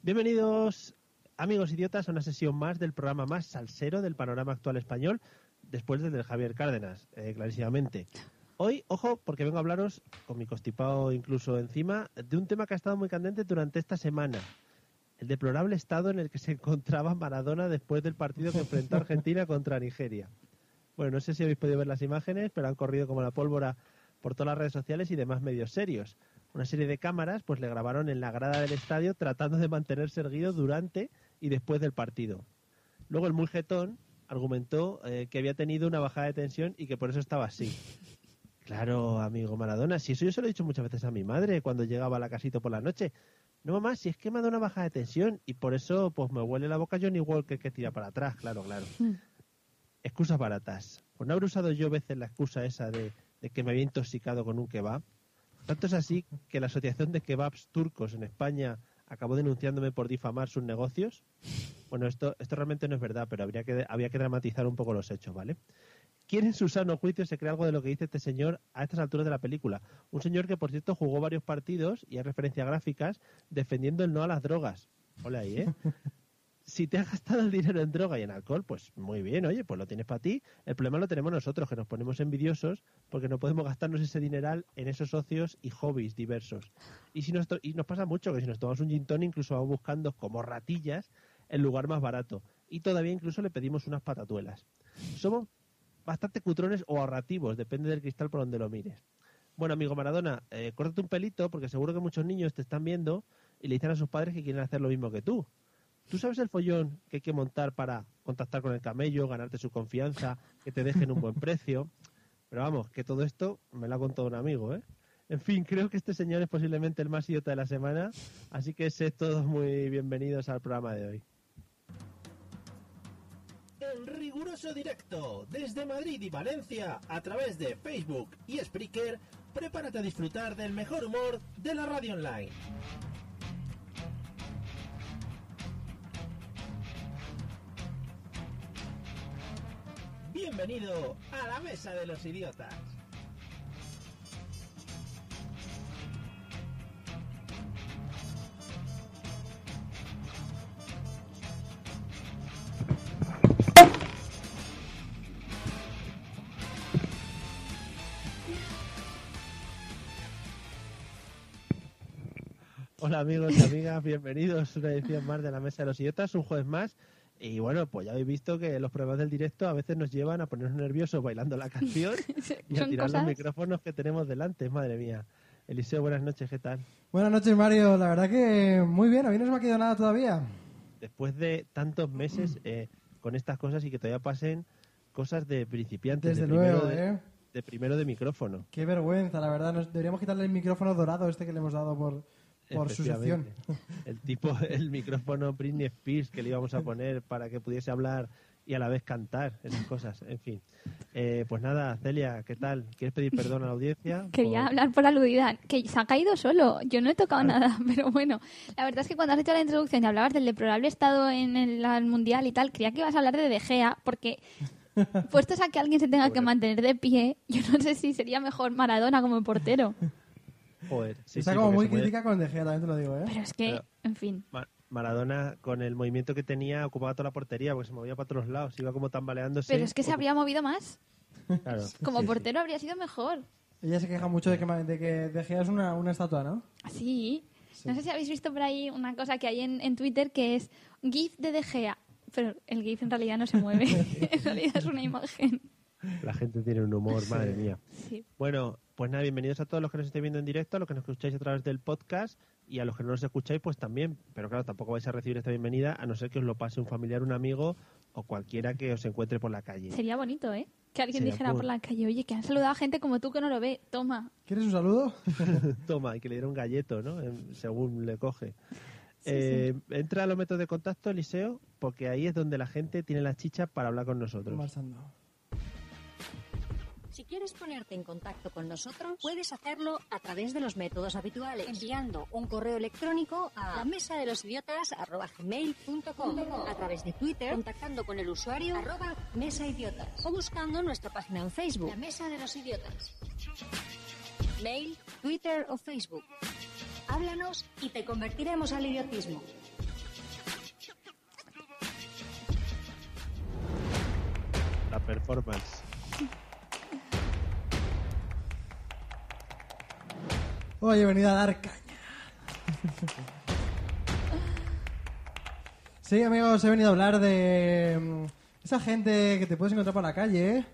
Bienvenidos, amigos idiotas, a una sesión más del programa más salsero del panorama actual español, después del de Javier Cárdenas, eh, clarísimamente. Hoy, ojo, porque vengo a hablaros, con mi constipado incluso encima, de un tema que ha estado muy candente durante esta semana. El deplorable estado en el que se encontraba Maradona después del partido que enfrentó Argentina contra Nigeria. Bueno, no sé si habéis podido ver las imágenes, pero han corrido como la pólvora por todas las redes sociales y demás medios serios. Una serie de cámaras pues le grabaron en la grada del estadio tratando de mantenerse erguido durante y después del partido. Luego el muljetón argumentó eh, que había tenido una bajada de tensión y que por eso estaba así. Claro, amigo Maradona, si eso yo se lo he dicho muchas veces a mi madre cuando llegaba a la casita por la noche. No, mamá, si es que me ha dado una bajada de tensión y por eso pues me huele la boca Johnny Walker que tira para atrás, claro, claro excusas baratas. Pues no habré usado yo veces la excusa esa de, de, que me había intoxicado con un kebab. Tanto es así que la Asociación de Kebabs Turcos en España acabó denunciándome por difamar sus negocios. Bueno, esto, esto realmente no es verdad, pero habría que, había que dramatizar un poco los hechos, ¿vale? ¿Quién en su sano juicio se cree algo de lo que dice este señor a estas alturas de la película? Un señor que, por cierto, jugó varios partidos y hay referencias gráficas defendiendo el no a las drogas. Hola ahí, ¿eh? si te has gastado el dinero en droga y en alcohol, pues muy bien, oye, pues lo tienes para ti. El problema lo tenemos nosotros, que nos ponemos envidiosos porque no podemos gastarnos ese dineral en esos socios y hobbies diversos. Y, si nos, y nos pasa mucho que si nos tomamos un gin tonic, incluso vamos buscando como ratillas el lugar más barato. Y todavía incluso le pedimos unas patatuelas. Somos bastante cutrones o ahorrativos, depende del cristal por donde lo mires. Bueno, amigo Maradona, eh, córtate un pelito porque seguro que muchos niños te están viendo y le dicen a sus padres que quieren hacer lo mismo que tú. ¿Tú sabes el follón que hay que montar para contactar con el camello, ganarte su confianza, que te dejen un buen precio? Pero vamos, que todo esto me lo ha contado un amigo, ¿eh? En fin, creo que este señor es posiblemente el más idiota de la semana, así que sed todos muy bienvenidos al programa de hoy. En riguroso directo, desde Madrid y Valencia, a través de Facebook y Spreaker, prepárate a disfrutar del mejor humor de la radio online. Bienvenido a la Mesa de los Idiotas. Hola amigos y amigas, bienvenidos a una edición más de la Mesa de los Idiotas, un jueves más. Y bueno, pues ya habéis visto que los problemas del directo a veces nos llevan a ponernos nerviosos bailando la canción y a Son tirar cosas. los micrófonos que tenemos delante, madre mía. Eliseo, buenas noches, ¿qué tal? Buenas noches, Mario. La verdad que muy bien, a mí no se me ha quedado nada todavía. Después de tantos Mm. meses eh, con estas cosas y que todavía pasen cosas de principiantes, Desde de, primero luego, de, ¿eh? de primero de micrófono. Qué vergüenza, la verdad. Nos, deberíamos quitarle el micrófono dorado este que le hemos dado por, por su sección. Efectivamente. El tipo, el micrófono Britney Spears que le íbamos a poner para que pudiese hablar y a la vez cantar, esas cosas, en fin. Eh, pues nada, Celia, ¿qué tal? ¿Quieres pedir perdón a la audiencia? Quería Por- hablar por aludida, que se ha caído solo. Yo no he tocado nada, pero bueno. La verdad es que cuando has hecho la introducción y hablabas del deplorable estado en el, al mundial y tal, creía que ibas a hablar de De Gea, porque puestos a que alguien se tenga que mantener de pie, yo no sé si sería mejor Maradona como portero. Joder, sí, Está sí, como porque muy se puede- crítica con De Gea, también te lo digo, ¿eh? Pero es que, Pero- en fin. Ma- Maradona, con el movimiento que tenía, ocupaba toda la portería porque se movía para todos lados, iba como tambaleándose. Pero es que se habría movido más. Claro, Como sí, sí. portero habría sido mejor. Ella se queja mucho de que, ma- de que De Gea es una, una estatua, ¿no? Sí. No sé si habéis visto por ahí una cosa que hay en, en Twitter que es GIF de De Gea. Pero el GIF en realidad no se mueve. en realidad es una imagen. La gente tiene un humor, madre mía. Sí. Bueno, pues nada, bienvenidos a todos los que nos estéis viendo en directo, a los que nos escucháis a través del podcast y a los que no nos escucháis, pues también. Pero claro, tampoco vais a recibir esta bienvenida a no ser que os lo pase un familiar, un amigo o cualquiera que os encuentre por la calle. Sería bonito, ¿eh? Que alguien Sería dijera cool. por la calle, oye, que han saludado a gente como tú que no lo ve. Toma. ¿Quieres un saludo? Toma, y que le diera un galleto, ¿no? Em, Según le coge. Eh, Entra a los métodos de contacto, Eliseo, porque ahí es donde la gente tiene las chichas para hablar con nosotros. Más andado. Si quieres ponerte en contacto con nosotros, puedes hacerlo a través de los métodos habituales, enviando un correo electrónico a la mesa de los idiotas a través de Twitter, contactando con el usuario arroba mesa idiotas o buscando nuestra página en Facebook, la mesa de los idiotas. Mail, Twitter o Facebook. Háblanos y te convertiremos al idiotismo. La performance. Oye, he venido a dar caña. sí, amigos, he venido a hablar de mm, esa gente que te puedes encontrar por la calle, ¿eh?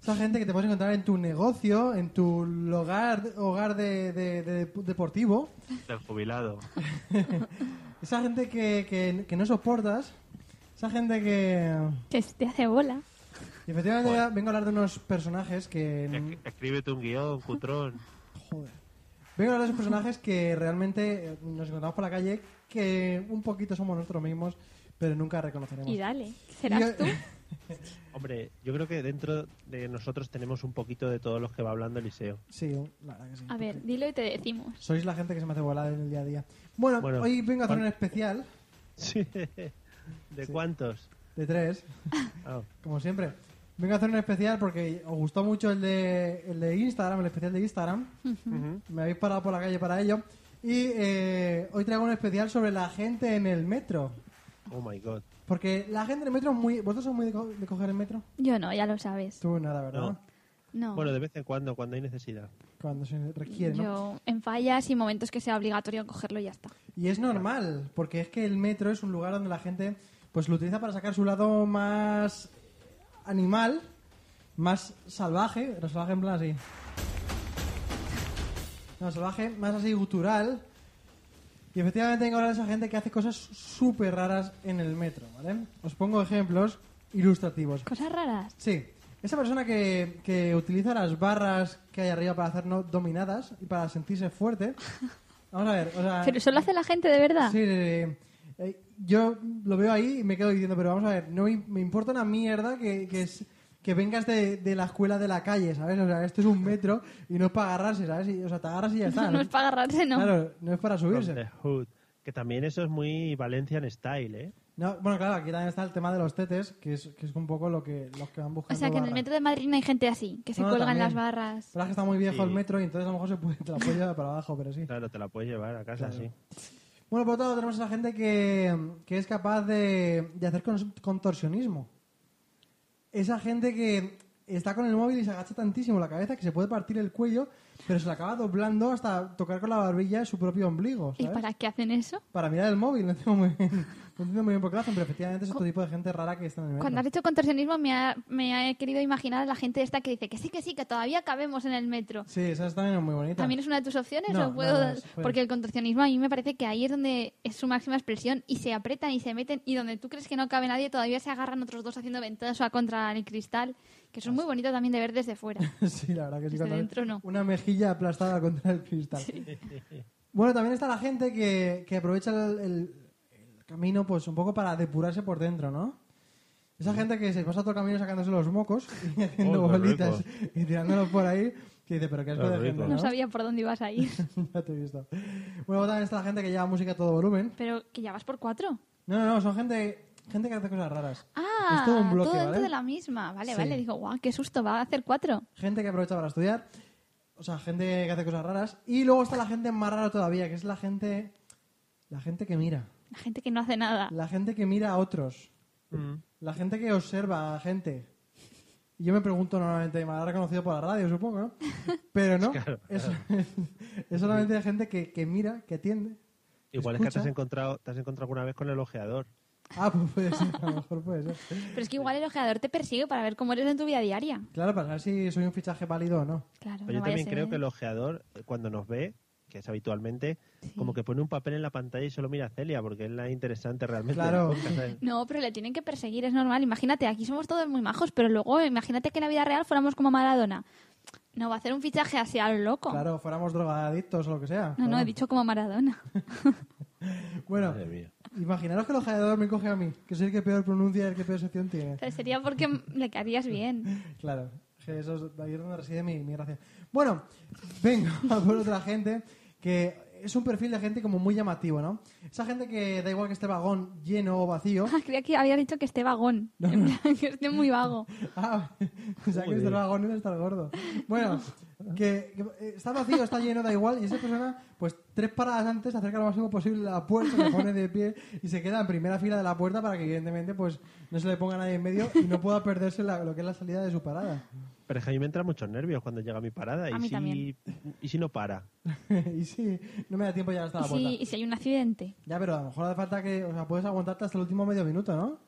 esa gente que te puedes encontrar en tu negocio, en tu hogar, hogar de, de- de- de- deportivo, Del jubilado. esa gente que, que- que no soportas, esa gente que... Que se te hace bola. y efectivamente vengo a hablar de unos personajes que... Escri- Escríbete un guión, cutrón. Joder. Vengo a hablar de esos personajes que realmente eh, nos encontramos por la calle, que un poquito somos nosotros mismos, pero nunca reconoceremos. Y dale, Y- serás tú. Hombre, yo creo que dentro de nosotros tenemos un poquito de todos los que va hablando Eliseo. Sí, la verdad que sí. A ver, dilo y te decimos. Sois la gente que se me hace volar en el día a día. Bueno, Bueno, hoy vengo a hacer ¿cuál- un especial Sí. ¿De Sí. cuántos? de tres, Ah, como siempre. Vengo a hacer un especial porque os gustó mucho el de, el de Instagram, el especial de Instagram. Me habéis parado por la calle para ello. Y eh, hoy traigo un especial sobre la gente en el metro. oh my god. Porque la gente en el metro es muy... ¿Vosotros sois muy de, co- de coger el metro? Yo no, ya lo sabes. Tú nada, ¿verdad? No. No. Bueno, de vez en cuando, cuando hay necesidad. Cuando se requiere, ¿no? Yo, en fallas y momentos que sea obligatorio cogerlo y ya está. Y es normal, porque es que el metro es un lugar donde la gente pues lo utiliza para sacar su lado más animal, más salvaje, pero salvaje en plan así. No, salvaje, más así gutural. Y efectivamente tengo ahora esa gente que hace cosas súper raras en el metro, ¿vale? Os pongo ejemplos ilustrativos. Cosas raras. Sí. Esa persona que, que utiliza las barras que hay arriba para hacernos dominadas y para sentirse fuerte. Vamos a ver, o sea... Pero eso lo hace la gente de verdad. Ah, Sí, sí, sí. Eh, yo lo veo ahí y me quedo diciendo, pero vamos a ver, no me, me importa una mierda que, que, es- que vengas de, de la escuela de la calle, ¿sabes? O sea, esto es un metro y no es para agarrarse, ¿sabes? Y, o sea, te agarras y ya está. no es para agarrarse, no. Claro, no es para From subirse. the Hood. Que también eso es muy Valencian style, ¿eh? No, bueno, claro, aquí también está el tema de los tetes, que es, que es un poco lo que, los que van O buscando. sea, que en el barras. metro de Madrid no hay gente así, que se No, cuelga en también. Pues, las barras. Pero es que está muy viejo el Sí. metro y entonces a lo mejor se puede, te la puede llevar para abajo, pero sí. Claro, te la puedes llevar a casa, Claro. sí. Bueno, por otro lado, tenemos a esa gente que, que es capaz de, de hacer cons- contorsionismo. Esa gente que está con el móvil y se agacha tantísimo la cabeza que se puede partir el cuello, pero se la acaba doblando hasta tocar con la barbilla su propio ombligo. ¿Y ¿sabes? para qué hacen eso? Para mirar el móvil, no entiendo muy bien, no entiendo muy bien por qué lo hacen, pero efectivamente es otro tipo de gente rara que está en el metro. Cuando has dicho contorsionismo me ha, me he querido imaginar a la gente esta que dice que sí, que sí, que todavía cabemos en el metro. Sí, esa es también muy bonita. ¿También es una de tus opciones? No, ¿o puedo no, no, es fuera. Porque el contorsionismo a mí me parece que ahí es donde es su máxima expresión y se apretan y se meten y donde tú crees que no cabe nadie todavía se agarran otros dos haciendo ventadas o a contra el cristal, que son muy bonitos también de ver desde fuera. sí, la verdad que sí. Desde cuando ves dentro no. Una mejilla aplastada contra el cristal. Bueno, también está la gente que, que aprovecha el, el- el camino pues un poco para depurarse por dentro, ¿no? Esa gente que se pasa todo el camino sacándose los mocos y haciendo Mm. Oh, qué bolitas y tirándolos por ahí. Que dice, pero qué asco Qué de rico. gente, No sabía por dónde ibas a ir, ya te he visto. Bueno, luego también está la gente que lleva música a todo volumen. pero que ya vas por cuatro. No, no, no, son gente, gente que hace cosas raras. Ah, es todo un bloque, dentro ¿vale? de la misma. Vale, Sí. vale. Digo, guau, qué susto, va a hacer cuatro. gente que aprovecha para estudiar, o sea, gente que hace cosas raras, y luego está la gente más rara todavía, que es la gente, la gente que mira, La gente que no hace nada. la gente que mira a otros, Mm. la gente que observa a gente. Y Yo me pregunto normalmente, y me habrá reconocido por la radio, supongo, ¿no? Pero no, es, es solamente gente que, que mira, que atiende. Igual es que te has escucha. encontrado, te has encontrado alguna vez con el ojeador. Ah, pues puede ser, a lo mejor puede ser. Pero es que igual el ojeador te persigue para ver cómo eres en tu vida diaria. Claro, para saber si soy un fichaje válido o no. Claro, Pero yo no vaya a también ser. creo que el ojeador, eh, cuando nos ve, que es habitualmente, como que pone un papel en la pantalla y solo mira a Celia, porque es la interesante realmente. Claro. del podcast, ¿sabes? No, pero le tienen que perseguir, es normal. Imagínate, aquí somos todos muy majos, pero luego imagínate que en la vida real fuéramos como Maradona. No, va a hacer un fichaje así a lo loco. Claro, fuéramos drogadictos o lo que sea. No, no, Claro. he dicho como Maradona. Bueno, Madre mía. imaginaros que el ojeador me coge a mí, que soy el que peor pronuncia y el que peor sección tiene. Pero sería porque le caerías bien. Claro, que eso es ahí es donde reside mi, mi gracia. Bueno, vengo a por otra gente que es un perfil de gente como muy llamativo, ¿no? Esa gente que da igual que esté vagón lleno o vacío. Ah, creía que había dicho que esté vagón. En plan, que esté muy vago. Ah, o sea que estar vagón es estar gordo. Bueno, que, que, eh, está vacío, está lleno, da igual. Y esa persona, pues tres paradas antes, se acerca lo máximo posible a la puerta, se pone de pie y se queda en primera fila de la puerta para que, evidentemente, pues no se le ponga nadie en medio y no pueda perderse la- lo que es la salida de su parada. Pero es que a mí me entran muchos nervios cuando llega mi parada. A y, mí si, también. y si no para. y sí, no me da tiempo ya hasta ¿Y la puerta. si, y si hay un accidente? Ya, pero a lo mejor hace falta que, o sea, puedes aguantarte hasta el último medio minuto, ¿no?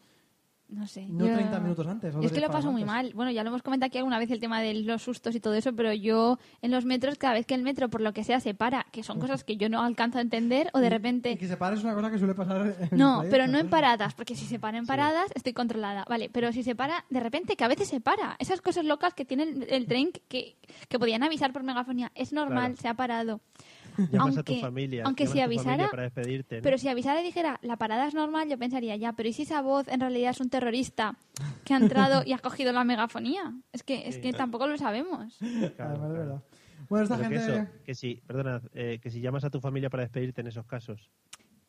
No sé. No 30 minutos antes, o Yo es que lo tres paso paradas muy antes. mal. Bueno, ya lo hemos comentado aquí alguna vez el tema de los sustos y todo eso, pero yo en los metros, cada vez que el metro, por lo que sea, se para, que son cosas que yo no alcanzo a entender, o de Y repente... que se pare es una cosa que suele pasar. en No, el pero no en trayecto. paradas, porque si se para en paradas estoy controlada, vale, pero si se para, de repente que a veces se para. Esas cosas locas que tiene el, el tren que, que podían avisar por megafonía, es normal, Claro. se ha parado. Llamas a tu Aunque- familia. aunque llamas si a tu avisara- familia Para despedirte. ¿no? Pero si avisara y dijera, la parada es normal, yo pensaría ya, pero ¿y si esa voz en realidad es un terrorista que ha entrado y ha cogido la megafonía? Es que, es que tampoco lo sabemos. Claro, Además, es claro. verdad. Bueno, esta Pero que gente. eso, que si, perdona, eh, que si llamas a tu familia para despedirte en esos casos.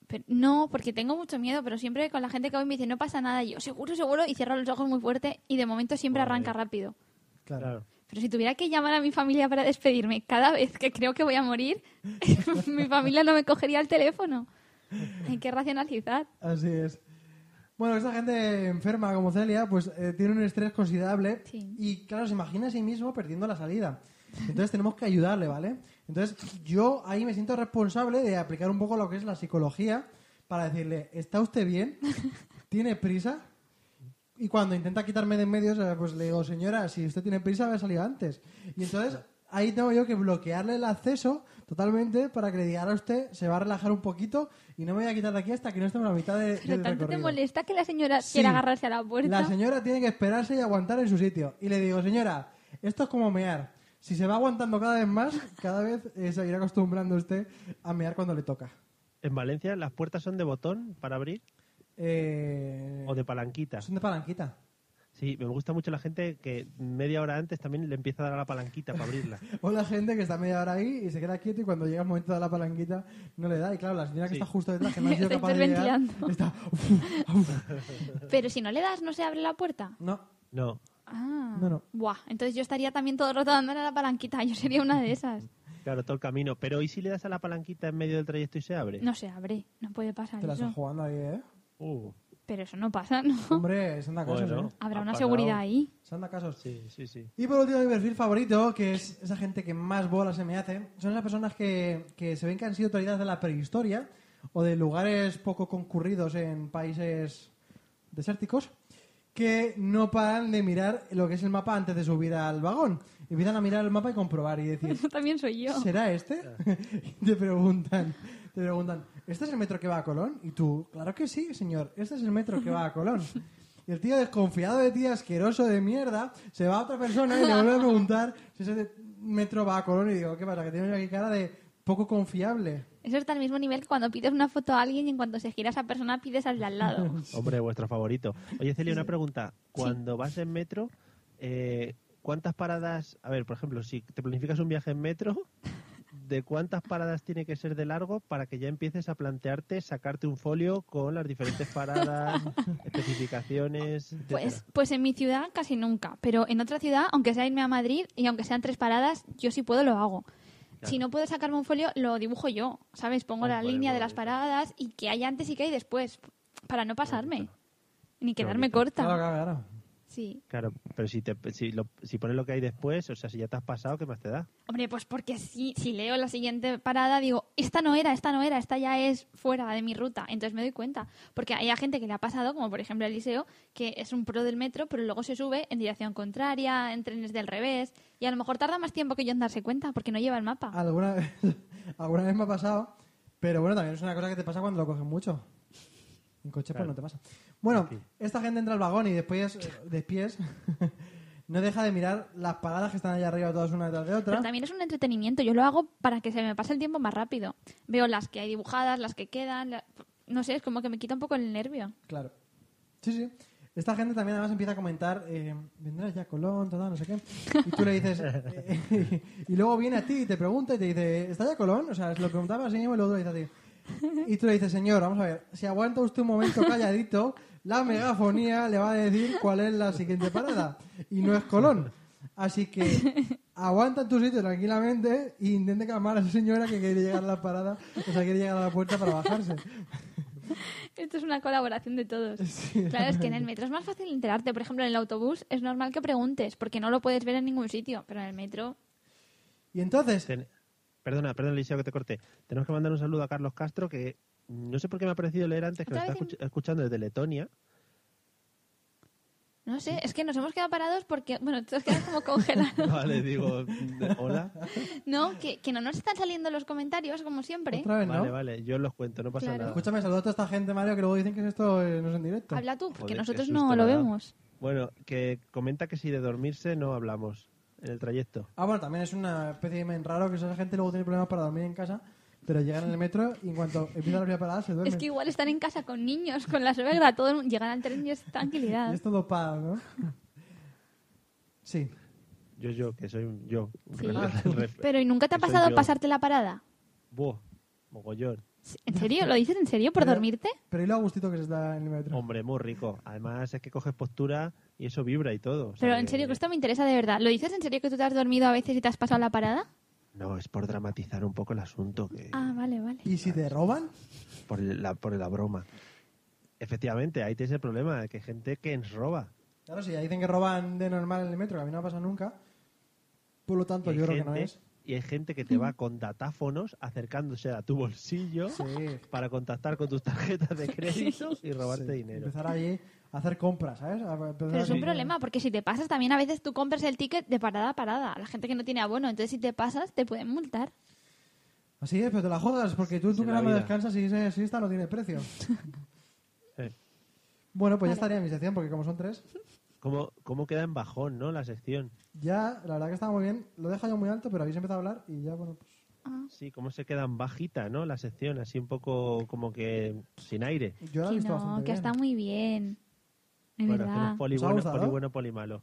Pero- no, porque tengo mucho miedo, pero siempre con la gente que voy me dice, no pasa nada, y yo seguro, seguro, y cierro los ojos muy fuerte y de momento siempre Joder. arranca rápido. Claro. Claro. Pero si tuviera que llamar a mi familia para despedirme cada vez que creo que voy a morir, mi familia no me cogería el teléfono. Hay que racionalizar. Así es. Bueno, esta gente enferma como Celia, pues eh, tiene un estrés considerable Sí. y claro, se imagina a sí mismo perdiendo la salida. Entonces tenemos que ayudarle, ¿vale? Entonces yo ahí me siento responsable de aplicar un poco lo que es la psicología para decirle, ¿está usted bien? ¿Tiene prisa? Y cuando intenta quitarme de en medio, o sea, pues le digo, señora, si usted tiene prisa, había salido antes. Y entonces ahí tengo yo que bloquearle el acceso totalmente para que le diga, ahora usted se va a relajar un poquito y no me voy a quitar de aquí hasta que no estemos a la mitad de, Pero del tanto te recorrido". molesta que la señora Sí. quiera agarrarse a la puerta. La señora tiene que esperarse y aguantar en su sitio. Y le digo, señora, esto es como mear. Si se va aguantando cada vez más, cada vez eh, se irá acostumbrando usted a mear cuando le toca. En Valencia las puertas son de botón para abrir Eh, o de palanquita. Son de palanquita. Sí, me gusta mucho la gente que media hora antes también le empieza a dar a la palanquita para abrirla. O la gente que está media hora ahí y se queda quieto y cuando llega el momento de la palanquita no le da. Y claro, la señora Sí. que está justo detrás, que no ha sido Está capaz de llegar, hiperventilando. está... uf, uf. Pero si no le das, no se abre la puerta. No, No, Ah. No, no. Buah, entonces yo estaría también todo el rato dándole a la palanquita. Yo sería una de esas. claro, todo el camino. Pero ¿y si le das a la palanquita en medio del trayecto y se abre? No se abre, no puede pasar te la estás eso. jugando ahí, ¿eh? Uh, Pero eso no pasa, ¿no? Hombre, son da casos, bueno, ¿eh? Habrá ha una pasado. seguridad ahí. Son da casos. Sí, sí, sí. Y por último, mi perfil favorito, que es esa gente que más bolas se me hace, son las personas que, que se ven que han sido traídas de la prehistoria o de lugares poco concurridos en países desérticos, que no paran de mirar lo que es el mapa antes de subir al vagón. Empiezan a mirar el mapa y comprobar y decir, Eso también soy yo. ¿Será este? Y te preguntan, te preguntan, ¿este es el metro que va a Colón? Y tú, claro que sí, señor, este es el metro que va a Colón. Y el tío desconfiado de ti, asqueroso de mierda, se va a otra persona y le vuelve a preguntar si ese metro va a Colón. Y digo, ¿qué pasa? Que tienes aquí cara de poco confiable. Eso está al mismo nivel que cuando pides una foto a alguien y en cuanto se gira esa persona pides al de al lado. Hombre, vuestro favorito. Oye, Celia, una pregunta. Cuando vas en metro, eh, ¿cuántas paradas... A ver, por ejemplo, si te planificas un viaje en metro, ¿de cuántas paradas tiene que ser de largo para que ya empieces a plantearte sacarte un folio con las diferentes paradas, especificaciones, etcétera? Pues, pues en mi ciudad casi nunca, pero en otra ciudad, aunque sea irme a Madrid y aunque sean tres paradas, yo si puedo lo hago. Si no puedo sacarme un folio, lo dibujo yo, ¿sabes? Pongo Ah, la vale, línea de vale, las vale. paradas y que hay antes y que hay después, para no pasarme, ni quedarme bonito. corta. Claro, claro, claro. Sí. Claro, pero si, te, si, lo- si pones lo que hay después, o sea, si ya te has pasado, ¿qué más te da? Hombre, pues porque si, si leo la siguiente parada digo, esta no era, esta no era, esta ya es fuera de mi ruta. Entonces me doy cuenta. Porque hay a gente que le ha pasado, como por ejemplo Eliseo, que es un pro del metro, pero luego se sube en dirección contraria, en trenes del revés. Y a lo mejor tarda más tiempo que yo en darse cuenta porque no lleva el mapa. Alguna vez, alguna vez me ha pasado, pero bueno, también es una cosa que te pasa cuando lo coges mucho. En coche pues no te pasa. Bueno, esta gente entra al vagón y después, eh, de pies, no deja de mirar las paradas que están allá arriba todas una detrás de otra. Pero también es un entretenimiento. Yo lo hago para que se me pase el tiempo más rápido. Veo las que hay dibujadas, las que quedan. la- No sé, es como que me quita un poco el nervio. Claro. Sí, sí. Esta gente también además empieza a comentar, eh, vendrás ya Colón, total, no sé qué. Y tú le dices, eh, y luego viene a ti y te pregunta y te dice, ¿está ya Colón? O sea, se lo preguntaba así mismo y luego te lo dice a ti. Y tú le dices, señor, vamos a ver, si aguanta usted un momento calladito, la megafonía le va a decir cuál es la siguiente parada. Y no es Colón. Así que aguanta en tu sitio tranquilamente e intente calmar a esa señora que quiere llegar a la parada, o sea, quiere llegar a la puerta para bajarse. Esto es una colaboración de todos. Claro, es que en el metro es más fácil enterarte. Por ejemplo, en el autobús es normal que preguntes, porque no lo puedes ver en ningún sitio. Pero en el metro, Y entonces, Ten- Perdona, perdona, Eliseo, que te corté. Tenemos que mandar un saludo a Carlos Castro, que no sé por qué me ha parecido leer antes que lo Otra está vez escuch- escuchando desde Letonia. no sé, es que nos hemos quedado parados porque, bueno, todos quedan como congelados. Vale, digo, hola. No, que, que no nos están saliendo los comentarios, como siempre. otra vez, ¿no? Vale, vale, yo los cuento, no pasa Claro. nada. Escúchame, saludo a toda esta gente, Mario, que luego dicen que es esto eh, no es en directo. Habla tú, porque Joder, qué nosotros susto no me lo ha dado. vemos. Bueno, que comenta que si de dormirse no hablamos en el trayecto. Ah, bueno, también es una especie de men raro que esa gente luego tiene problemas para dormir en casa, pero llegan en el metro y en cuanto empieza la primera parada se duermen. Es que igual están en casa con niños, con la suegra, todo el mundo. Llegan al tren y es Y tranquilidad. es todo pado, ¿no? Sí. Yo, yo, que soy un- yo. un Sí. Ah, ref- ref- Pero ¿y nunca te ha Soy pasado yo. pasarte la parada? Buah, mogollón. ¿En serio? ¿Lo dices en serio por Pero- dormirte? Pero y lo a gustito que se está en el metro. Hombre, muy rico. Además es que coges postura y eso vibra y todo. o sea Pero que- en serio, que esto me interesa de verdad. ¿Lo dices en serio que tú te has dormido a veces y te has pasado la parada? No, es por dramatizar un poco el asunto, que Ah, vale, vale. ¿Y si te roban? por, la, por la broma. Efectivamente, ahí tienes el problema, de que hay gente que ens roba. Claro, si ya dicen que roban de normal en el metro, que a mí no me pasa nunca. Por lo tanto, Y hay yo creo que gente- no es. Y hay gente que te va con datáfonos acercándose a tu bolsillo Sí. para contactar con tus tarjetas de crédito y robarte este dinero. Empezar allí a hacer compras, ¿sabes? A- a empezar Pero a es un hacer- problema, porque si te pasas también a veces tú compras el ticket de parada a parada. La gente que no tiene abono, entonces si te pasas te pueden multar. Así es, pero te la jodas, porque tú en tu Es la cama vida. descansas y dices, si esta no tiene precio. Eh, Bueno, pues ya estaría mi sección, porque como son tres, ¿Cómo, ¿Cómo queda en bajón, no? La sección. ya, la verdad que estaba muy bien. Lo he dejado yo muy alto, pero habéis empezado a hablar y ya, bueno, pues... Sí, cómo se queda en bajita, ¿no? La sección, así un poco como que sin aire. Yo la he Que visto no, bastante que bien. está muy bien. Es Bueno, verdad. hacemos poli ¿Os ha bueno, gustado? poli bueno, poli malo.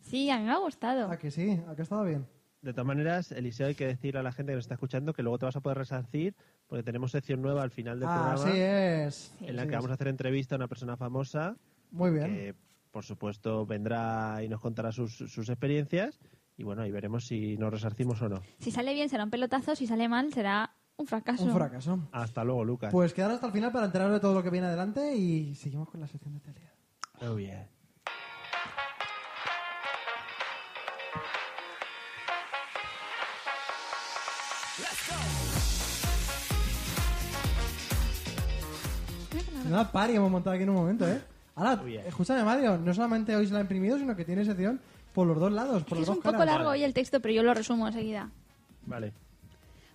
Sí, a mí me ha gustado. Ah, que sí, a que estaba bien. De todas maneras, Eliseo, hay que decirle a la gente que nos está escuchando que luego te vas a poder resarcir porque tenemos sección nueva al final del Ah, programa así es. en la Así que vamos a es. hacer entrevista a una persona famosa Muy bien. que, por supuesto, vendrá y nos contará sus, sus experiencias y bueno, ahí veremos si nos resarcimos o no. Si sale bien será un pelotazo, si sale mal será un fracaso. Un fracaso. Hasta luego, Lucas. Pues quedaros hasta el final para enteraros de todo lo que viene adelante y seguimos con la sección de Talia. Oh, yeah. Menuda pari hemos montado aquí en un momento, ¿eh? Ahora, Muy bien. escúchame, Mario, no solamente hoy se la ha imprimido, sino que tiene sección por los dos lados, por Es las dos un poco caras. largo hoy el texto, pero yo lo resumo enseguida. Vale.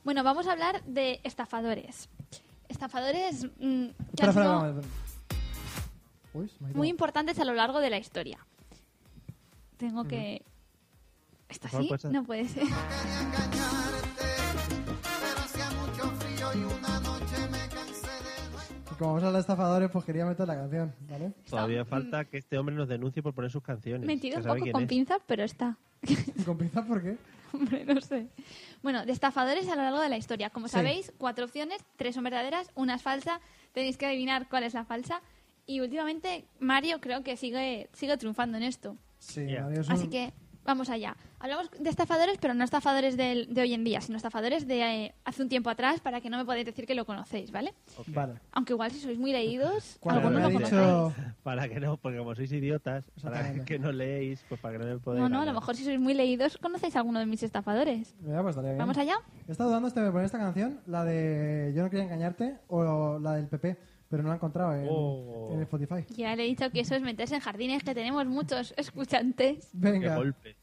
Bueno, vamos a hablar de estafadores. Estafadores mm, que Espera, han espera, sido vamos a ver. Uy, se me ha ido. muy importantes a lo largo de la historia. Tengo que... ¿Está Por favor, así? pasa. No puede ser. Como vamos a hablar de estafadores, pues quería meter la canción, ¿vale? Todavía falta que este hombre nos denuncie por poner sus canciones. Metido que un sabe poco quién con es. pinzas, pero está. ¿Con pinzas por qué? Hombre, no sé. Bueno, de estafadores a lo largo de la historia. Como Sí. sabéis, cuatro opciones, tres son verdaderas, una es falsa. Tenéis que adivinar cuál es la falsa. Y últimamente Mario creo que sigue, sigue triunfando en esto. Sí, Yeah. Mario, es un- Así que vamos allá. Hablamos de estafadores, pero no estafadores del- de, hoy en día, sino estafadores de eh, hace un tiempo atrás para que no me podáis decir que lo conocéis, ¿vale? Vale. Aunque igual si sois muy leídos, Cuando alguno me ha lo dicho- conoceréis. Para que no, porque como sois idiotas, para Exactamente. que no leéis, pues para que no me podáis. No, no, a lo ganar. mejor si sois muy leídos conocéis alguno de mis estafadores. Mira, pues estaría bien. ¿Vamos allá? He estado dudando este, poner esta canción, la de Yo no quería engañarte o la del PP, pero no la he encontrado en, Oh. en Spotify. Ya le he dicho que eso es meterse en jardines, que tenemos muchos escuchantes. Qué Venga, golpe.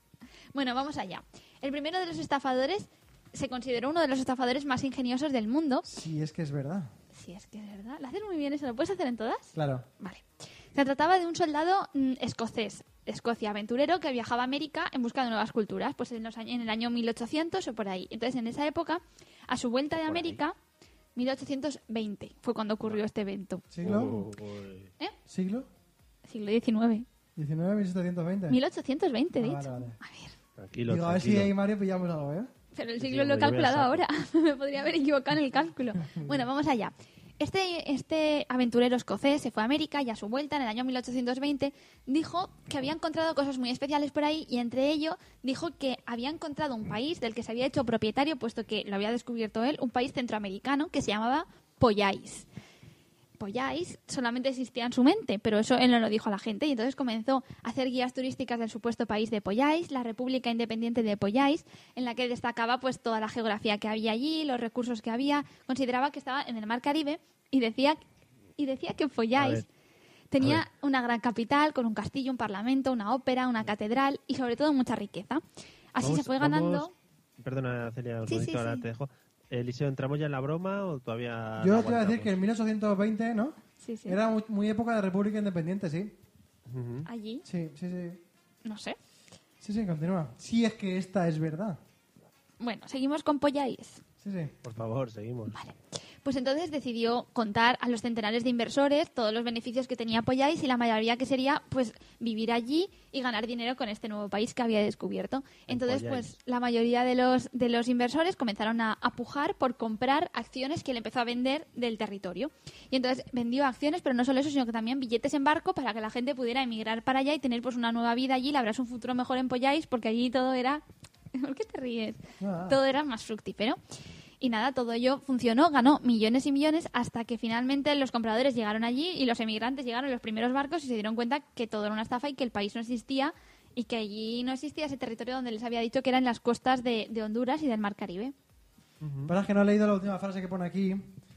Bueno, vamos allá. El primero de los estafadores se consideró uno de los estafadores más ingeniosos del mundo. si es que es verdad. Si es que es verdad. ¿Lo haces muy bien eso? ¿Lo puedes hacer en todas? Claro. Vale. Se trataba de un soldado mm, escocés, Escocia, aventurero que viajaba a América en busca de nuevas culturas, pues en, los años- en el año 1800 o por ahí. Entonces, en esa época, a su vuelta Por de ahí. América, 1820 fue cuando ocurrió este evento. ¿Siglo? Oh. Uy. ¿Siglo? Siglo XIX. 19, 1720. 1820, de Ah, vale, hecho. vale. A ver, Tranquilo, Digo, a ver si tranquilo. ahí Mario pillamos algo, ¿eh? pero el Sí, siglo sí, lo he hombre, yo voy a calculado saco. ahora. Me podría haber equivocado en el cálculo. Bueno, vamos allá. Este, este aventurero escocés se fue a América y a su vuelta, en el año 1820, dijo que había encontrado cosas muy especiales por ahí y entre ello dijo que había encontrado un país del que se había hecho propietario, puesto que lo había descubierto él, un país centroamericano que se llamaba Poyais. Poyais solamente existía en su mente, pero eso él no lo dijo a la gente y entonces comenzó a hacer guías turísticas del supuesto país de Poyais, la República Independiente de Poyais, en la que destacaba pues toda la geografía que había allí, los recursos que había, consideraba que estaba en el Mar Caribe y decía y decía que A Poyais ver. Tenía una gran capital con un castillo, un parlamento, una ópera, una catedral y sobre todo mucha riqueza. Así Vamos- se fue vamos- ganando. Perdona, Celia, un Sí, sí, segundito, ahora sí. te dejo. Eliseo, ¿entramos ya en la broma o todavía.? Yo Ah, no te iba a decir que aguantamos? en 1820, ¿no? Sí, sí. Era muy, muy época de República Independiente, sí. Ujú. Allí, Sí, sí, sí. no sé. Sí, sí, continúa. Si es que esta es verdad. Bueno, seguimos con Poyais. Sí, sí. Por favor, seguimos. Pues entonces decidió contar a los centenares de inversores todos los beneficios que tenía Poyais y la mayoría que sería pues vivir allí y ganar dinero con este nuevo país que había descubierto. En Entonces Poyais. pues la mayoría de los de los inversores comenzaron a, a pujar por comprar acciones que él empezó a vender del territorio. Y entonces vendió acciones, pero no solo eso, sino que también billetes en barco para que la gente pudiera emigrar para allá y tener pues una nueva vida allí, labrarse un futuro mejor en Poyais porque allí todo era ¿Por qué te ríes? Ah. Todo era más fructífero. Y nada, todo ello funcionó, ganó millones y millones hasta que finalmente los compradores llegaron allí y los emigrantes llegaron en los primeros barcos y se dieron cuenta que todo era una estafa y que el país no existía y que allí no existía ese territorio donde les había dicho que eran las costas de, de Honduras y del Mar Caribe. Para que no he leído la última frase que pone aquí.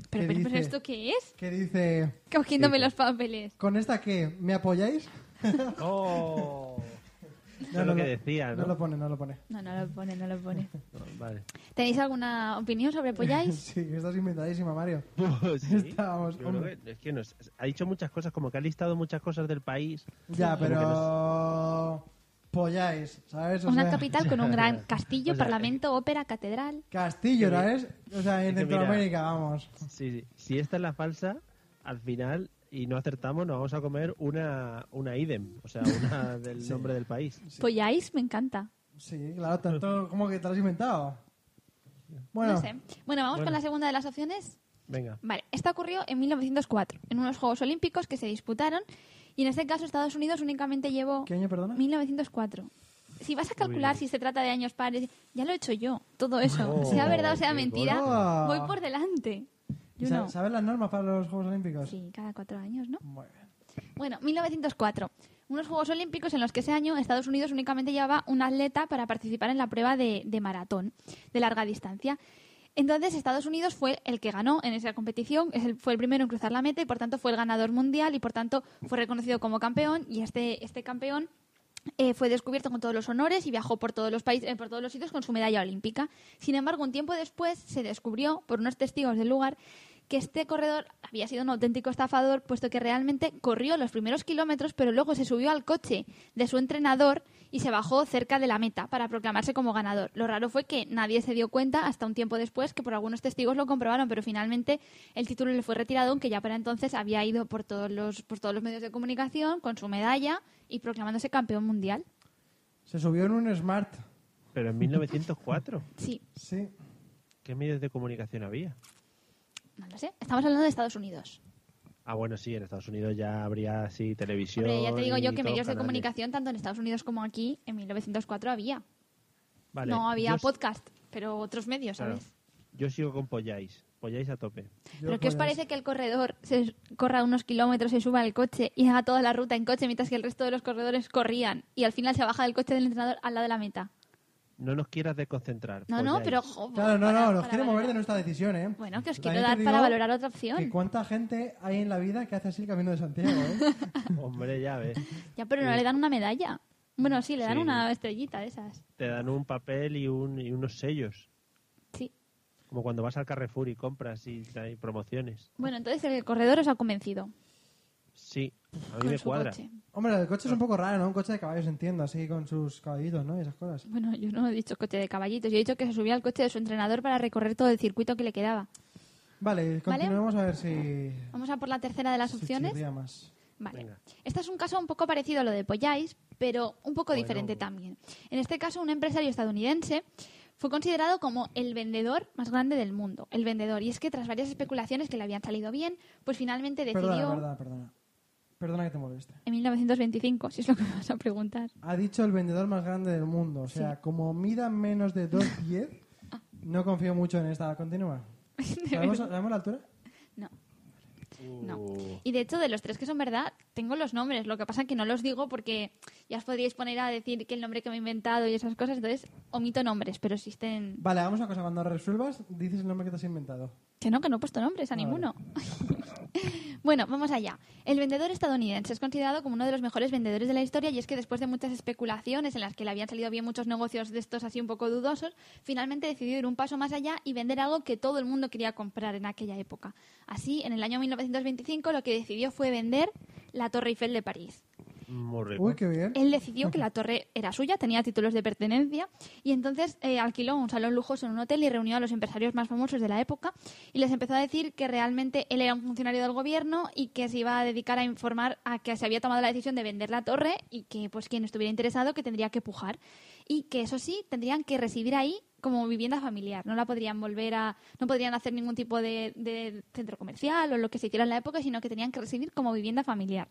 Pero, pero, que dice, pero ¿esto qué es? Que dice, Cogiéndome los papeles. ¿con esta qué? ¿Me apoyáis? ¡Oh! Eso es lo que decía, ¿no? lo pone, no lo pone. No, no lo pone, no lo pone. No, Vale. ¿Tenéis alguna opinión sobre Polláis? Sí, estás inventadísima, Mario. Sí. Estábamos, Yo creo hombre. que- es que nos- ha dicho muchas cosas, como que ha listado muchas cosas del país. Ya, Como que pero... Polláis, ¿sabes? O Una sea, capital con un gran castillo, O sea, parlamento, ópera, catedral. Castillo, Que ¿sabes? O sea, en que mira. Centroamérica, vamos. nos- sí, sí. Si esta es la falsa, al final, y no acertamos, nos vamos a comer una, una idem, o sea, una del nombre del país. Polláis me encanta. Sí, claro, Pues tanto como que te lo has inventado. Bueno, No sé. Bueno, vamos con Bueno. la segunda de las opciones. Venga. Vale, esta ocurrió en 1904, en unos Juegos Olímpicos que se disputaron, y en este caso Estados Unidos únicamente llevó ¿qué año, perdona? 1904. Si vas a calcular si se trata de años pares, ya lo he hecho yo, todo eso. Oh, sea verdad o sea qué mentira, gorda. voy por delante. ¿Y Yo sa- no. ¿Sabes las normas para los Juegos Olímpicos? Sí, cada cuatro años, ¿no? Muy bien. Bueno, 1904. Unos Juegos Olímpicos en los que ese año Estados Unidos únicamente llevaba un atleta para participar en la prueba de, de maratón de larga distancia. Entonces Estados Unidos fue el que ganó en esa competición, es el- fue el primero en cruzar la meta y por tanto fue el ganador mundial y por tanto fue reconocido como campeón y este, este campeón eh, fue descubierto con todos los honores y viajó por todos los países, eh, por todos los sitios con su medalla olímpica. Sin embargo, un tiempo después se descubrió por unos testigos del lugar que este corredor había sido un auténtico estafador, puesto que realmente corrió los primeros kilómetros, pero luego se subió al coche de su entrenador y se bajó cerca de la meta para proclamarse como ganador. Lo raro fue que nadie se dio cuenta hasta un tiempo después, que por algunos testigos lo comprobaron, pero finalmente el título le fue retirado, aunque ya para entonces había ido por todos los, por todos los medios de comunicación con su medalla y proclamándose campeón mundial. Se subió en un Smart. Pero en 1904, Sí, Sí. ¿qué medios de comunicación había? no lo sé. Estamos hablando de Estados Unidos. Ah, bueno, sí, en Estados Unidos ya habría así televisión. Hombre, ya te digo yo y que todos medios de canales. comunicación, tanto en Estados Unidos como aquí, en 1904 había. Vale, no había yo- podcast, pero otros medios, claro. ¿sabes? Yo sigo con Polláis. Polláis a tope. Yo ¿Pero qué os pollas. parece que el corredor se corra unos kilómetros, se suba al coche y haga toda la ruta en coche mientras que el resto de los corredores corrían y al final se baja del coche del entrenador al lado de la meta? No nos quieras desconcentrar. pues No, no, Polláis. pero... jo, Pues Claro, no, para- no, nos para quiere mover de valorar. nuestra decisión, ¿eh? Bueno, que os También quiero te dar digo para valorar otra Que opción. cuánta gente hay en la vida que hace así el camino de Santiago, ¿eh? Hombre, ya ves. Ya, pero no le dan una medalla. Bueno, sí, le dan Sí. una estrellita de esas. Te dan un papel y, un, y unos sellos. Sí. Como cuando vas al Carrefour y compras y hay promociones. Bueno, entonces el corredor os ha convencido. Sí, A mí con me su cuadra. coche. Hombre, el coche es un poco raro, ¿no? Un coche de caballos, entiendo, así con sus caballitos, ¿no? Y esas cosas. Bueno, yo no he dicho coche de caballitos, yo he dicho que se subía al coche de su entrenador para recorrer todo el circuito que le quedaba. Vale, continuemos a ver si... Vamos a por la tercera de las si opciones. chirría más. Vale. Venga. Este es un caso un poco parecido a lo de Polláis, pero un poco diferente también. En este caso, un empresario estadounidense fue considerado como el vendedor más grande del mundo. El vendedor. Y es que tras varias especulaciones que le habían salido bien, pues finalmente decidió Perdona, perdona, perdona. Perdona que te moleste. en 1925, si es lo que me vas a preguntar. Ha dicho el vendedor más grande del mundo. O sea, como mida menos de 2,10, no confío mucho en esta. Continúa. ¿Sabemos, sabemos la altura? No. No. Uh. Y de hecho, de los tres que son verdad, tengo los nombres. Lo que pasa que no los digo porque ya os podríais poner a decir que el nombre que me he inventado y esas cosas. Entonces, omito nombres, pero existen. Vale, hagamos una cosa. Cuando resuelvas, dices el nombre que te has inventado. Que no, que no he puesto nombres a Vale. ninguno. bueno, vamos allá. El vendedor estadounidense es considerado como uno de los mejores vendedores de la historia y es que después de muchas especulaciones en las que le habían salido bien muchos negocios de estos así un poco dudosos, finalmente decidió ir un paso más allá y vender algo que todo el mundo quería comprar en aquella época. Así, en el año 1925 lo que decidió fue vender la Torre Eiffel de París. Muy rico. Uy, qué bien. Él decidió que la torre era suya, tenía títulos de pertenencia y entonces eh, alquiló un salón lujoso en un hotel y reunió a los empresarios más famosos de la época y les empezó a decir que realmente él era un funcionario del gobierno y que se iba a dedicar a informar a que se había tomado la decisión de vender la torre y que pues quien estuviera interesado que tendría que pujar y que eso sí tendrían que recibir ahí como vivienda familiar, no la podrían volver a, no podrían hacer ningún tipo de, de centro comercial o lo que se hiciera en la época, sino que tenían que recibir como vivienda familiar.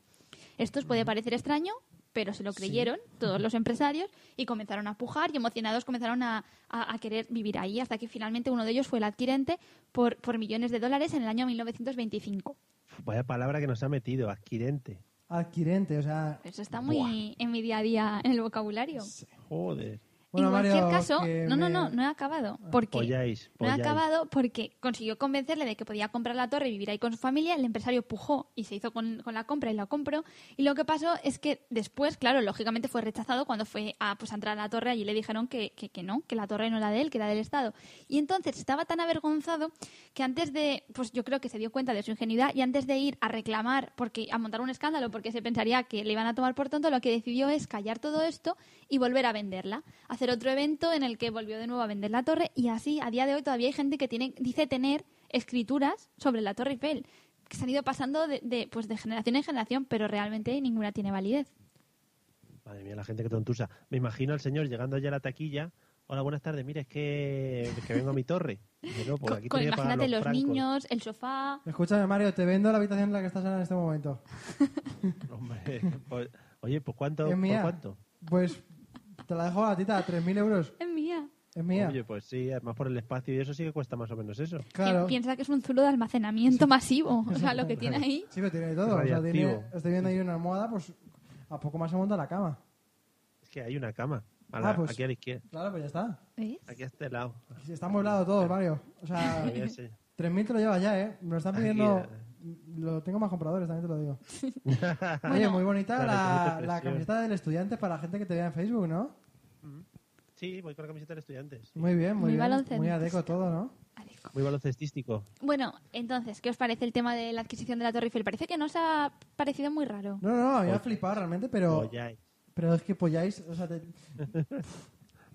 Esto os puede parecer extraño, pero se lo creyeron todos los empresarios y comenzaron a pujar y emocionados comenzaron a, a- a querer vivir ahí, hasta que finalmente uno de ellos fue el adquirente por, por millones de dólares en el año 1925. Vaya palabra que nos ha metido, adquirente. Adquirente, o sea... Eso está muy en mi día a día en el vocabulario. Joder. Bueno, en cualquier Mario, caso, que no, no, me- no, Ah, no he acabado. Porque Polláis, no he polláis. acabado porque consiguió convencerle de que podía comprar la torre y vivir ahí con su familia. El empresario pujó y se hizo con, con la compra y la compró. Y lo que pasó es que después, claro, lógicamente fue rechazado cuando fue a, pues, a entrar a la torre. Allí le dijeron que, que, que no, que la torre no era de él, que era del Estado. Y entonces estaba tan avergonzado que antes de, pues yo creo que se dio cuenta de su ingenuidad y antes de ir a reclamar, porque a montar un escándalo, porque se pensaría que le iban a tomar por tonto, lo que decidió es callar todo esto y volver a venderla, hacer otro evento en el que volvió de nuevo a vender la torre y así a día de hoy todavía hay gente que tiene, dice tener escrituras sobre la Torre Eiffel que se han ido pasando de, de, pues de generación en generación, pero realmente ninguna tiene validez. Madre mía, la gente que tontusa. Me imagino al señor llegando allá a la taquilla. Hola, buenas tardes. Mire, es que, es que vengo a mi torre. Dice, no, pues Con- aquí con- tenía que pagar imagínate los, francos. niños, el sofá. Escúchame, Mario, te vendo la habitación en la que estás ahora en este momento. Hombre, pues, oye, pues ¿cuánto? ¿Es ¿Por mía? cuánto? Pues te la dejo a la tita, 3.000 euros. Es mía. Es mía. Oye, pues sí, además por el espacio y eso sí que cuesta más o menos eso. claro. Pi- Piensa que es un zulo de almacenamiento masivo. O sea, lo que tiene ahí. Sí, pero tiene de todo. O sea, tiene, Radioactivo. estoy viendo ahí una almohada, pues a poco más se monta la cama. Es que hay una cama. A Ah, la- pues. Ah, Aquí a la izquierda. Claro, pues ya está. ¿Ves? Aquí a este lado. Está amueblado todo, Mario. O sea, Todavía sí. 3.000 te lo llevas ya, ¿eh? Me lo están Aquí, pidiendo... eh. Lo tengo más compradores, también te lo digo. Oye, muy bonita Claro, que la, mete la presión. camiseta del estudiante para la gente que te vea en Facebook, ¿no? Sí, voy con la camiseta de estudiantes. Muy bien, muy, Muy bien. baloncestista. Muy adeco todo, ¿no? Adiós. Muy baloncestístico. Bueno, entonces, ¿qué os parece el tema de la adquisición de la Torre Eiffel? Parece que no os ha parecido muy raro. No, no, no, había flipado realmente, pero... Polláis. Pero es que polláis, o sea, te-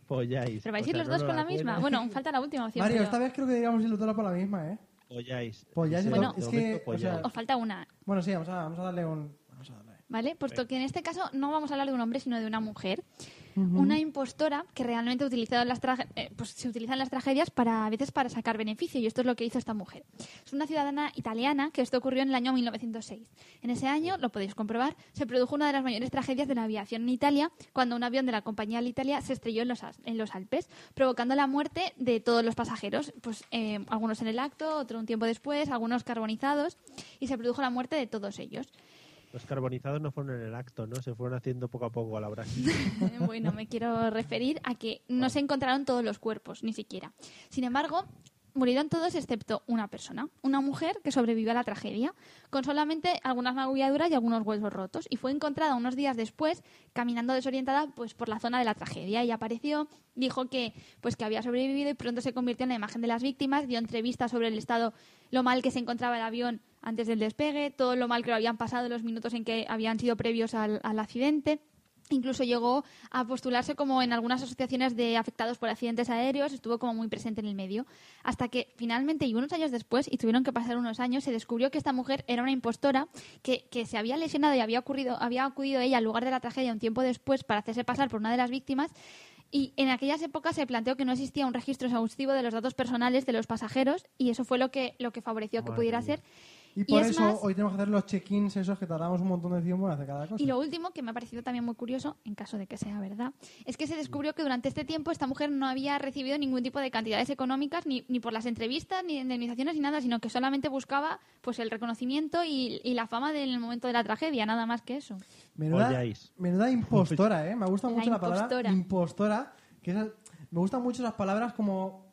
Polláis. ¿Pero vais O a ir sea, no ¿eh? los nos dos con la acuerdo. misma? Bueno, aún falta la última opción. Mario, pero esta vez creo que deberíamos irlo todo por la misma, ¿eh? Polláis. Polláis, Sí, Bueno, de es que, momento, o sea, polláis. Os falta una, Bueno, sí, vamos a, vamos a darle un... Vamos a darle. ¿vale? Puesto que en este caso no vamos a hablar de un hombre, sino de una mujer. Una impostora que realmente utilizado las traje- eh, pues se utilizan las tragedias para a veces para sacar beneficio, y esto es lo que hizo esta mujer. Es una ciudadana italiana que esto ocurrió en el año 1906. En ese año, lo podéis comprobar, se produjo una de las mayores tragedias de la aviación en Italia cuando un avión de la compañía Alitalia se estrelló en los, As- en los Alpes, provocando la muerte de todos los pasajeros, pues eh, algunos en el acto, otro un tiempo después, algunos carbonizados, y se produjo la muerte de todos ellos. Los carbonizados no fueron en el acto, ¿no? Se fueron haciendo poco a poco a la brasa. bueno, me quiero referir a que no se encontraron todos los cuerpos, ni siquiera. Sin embargo, murieron todos excepto una persona, una mujer que sobrevivió a la tragedia, con solamente algunas magulladuras y algunos huesos rotos, y fue encontrada unos días después caminando desorientada pues por la zona de la tragedia y apareció, dijo que pues que había sobrevivido y pronto se convirtió en la imagen de las víctimas, dio entrevistas sobre el estado lo mal que se encontraba el avión antes del despegue, todo lo mal que lo habían pasado, los minutos en que habían sido previos al, al accidente. Incluso llegó a postularse como en algunas asociaciones de afectados por accidentes aéreos, estuvo como muy presente en el medio, hasta que finalmente, y unos años después, y tuvieron que pasar unos años, se descubrió que esta mujer era una impostora que, que se había lesionado y había, ocurrido, había acudido ella al lugar de la tragedia un tiempo después para hacerse pasar por una de las víctimas, y en aquellas épocas se planteó que no existía un registro exhaustivo de los datos personales de los pasajeros y eso fue lo que, lo que favoreció que Madre pudiera mía. ser. Y por es eso más- hoy tenemos que hacer los check-ins esos que tardamos un montón de tiempo en hacer cada cosa. Y lo último, que me ha parecido también muy curioso, en caso de que sea verdad, es que se descubrió que durante este tiempo esta mujer no había recibido ningún tipo de cantidades económicas, ni, ni por las entrevistas, ni indemnizaciones, ni nada, sino que solamente buscaba pues el reconocimiento y, y la fama del momento de la tragedia, nada más que eso. Menuda, Olláis. menuda impostora, ¿eh? Me gusta La mucho la palabra impostora. impostora. que esa- me gustan mucho las palabras como,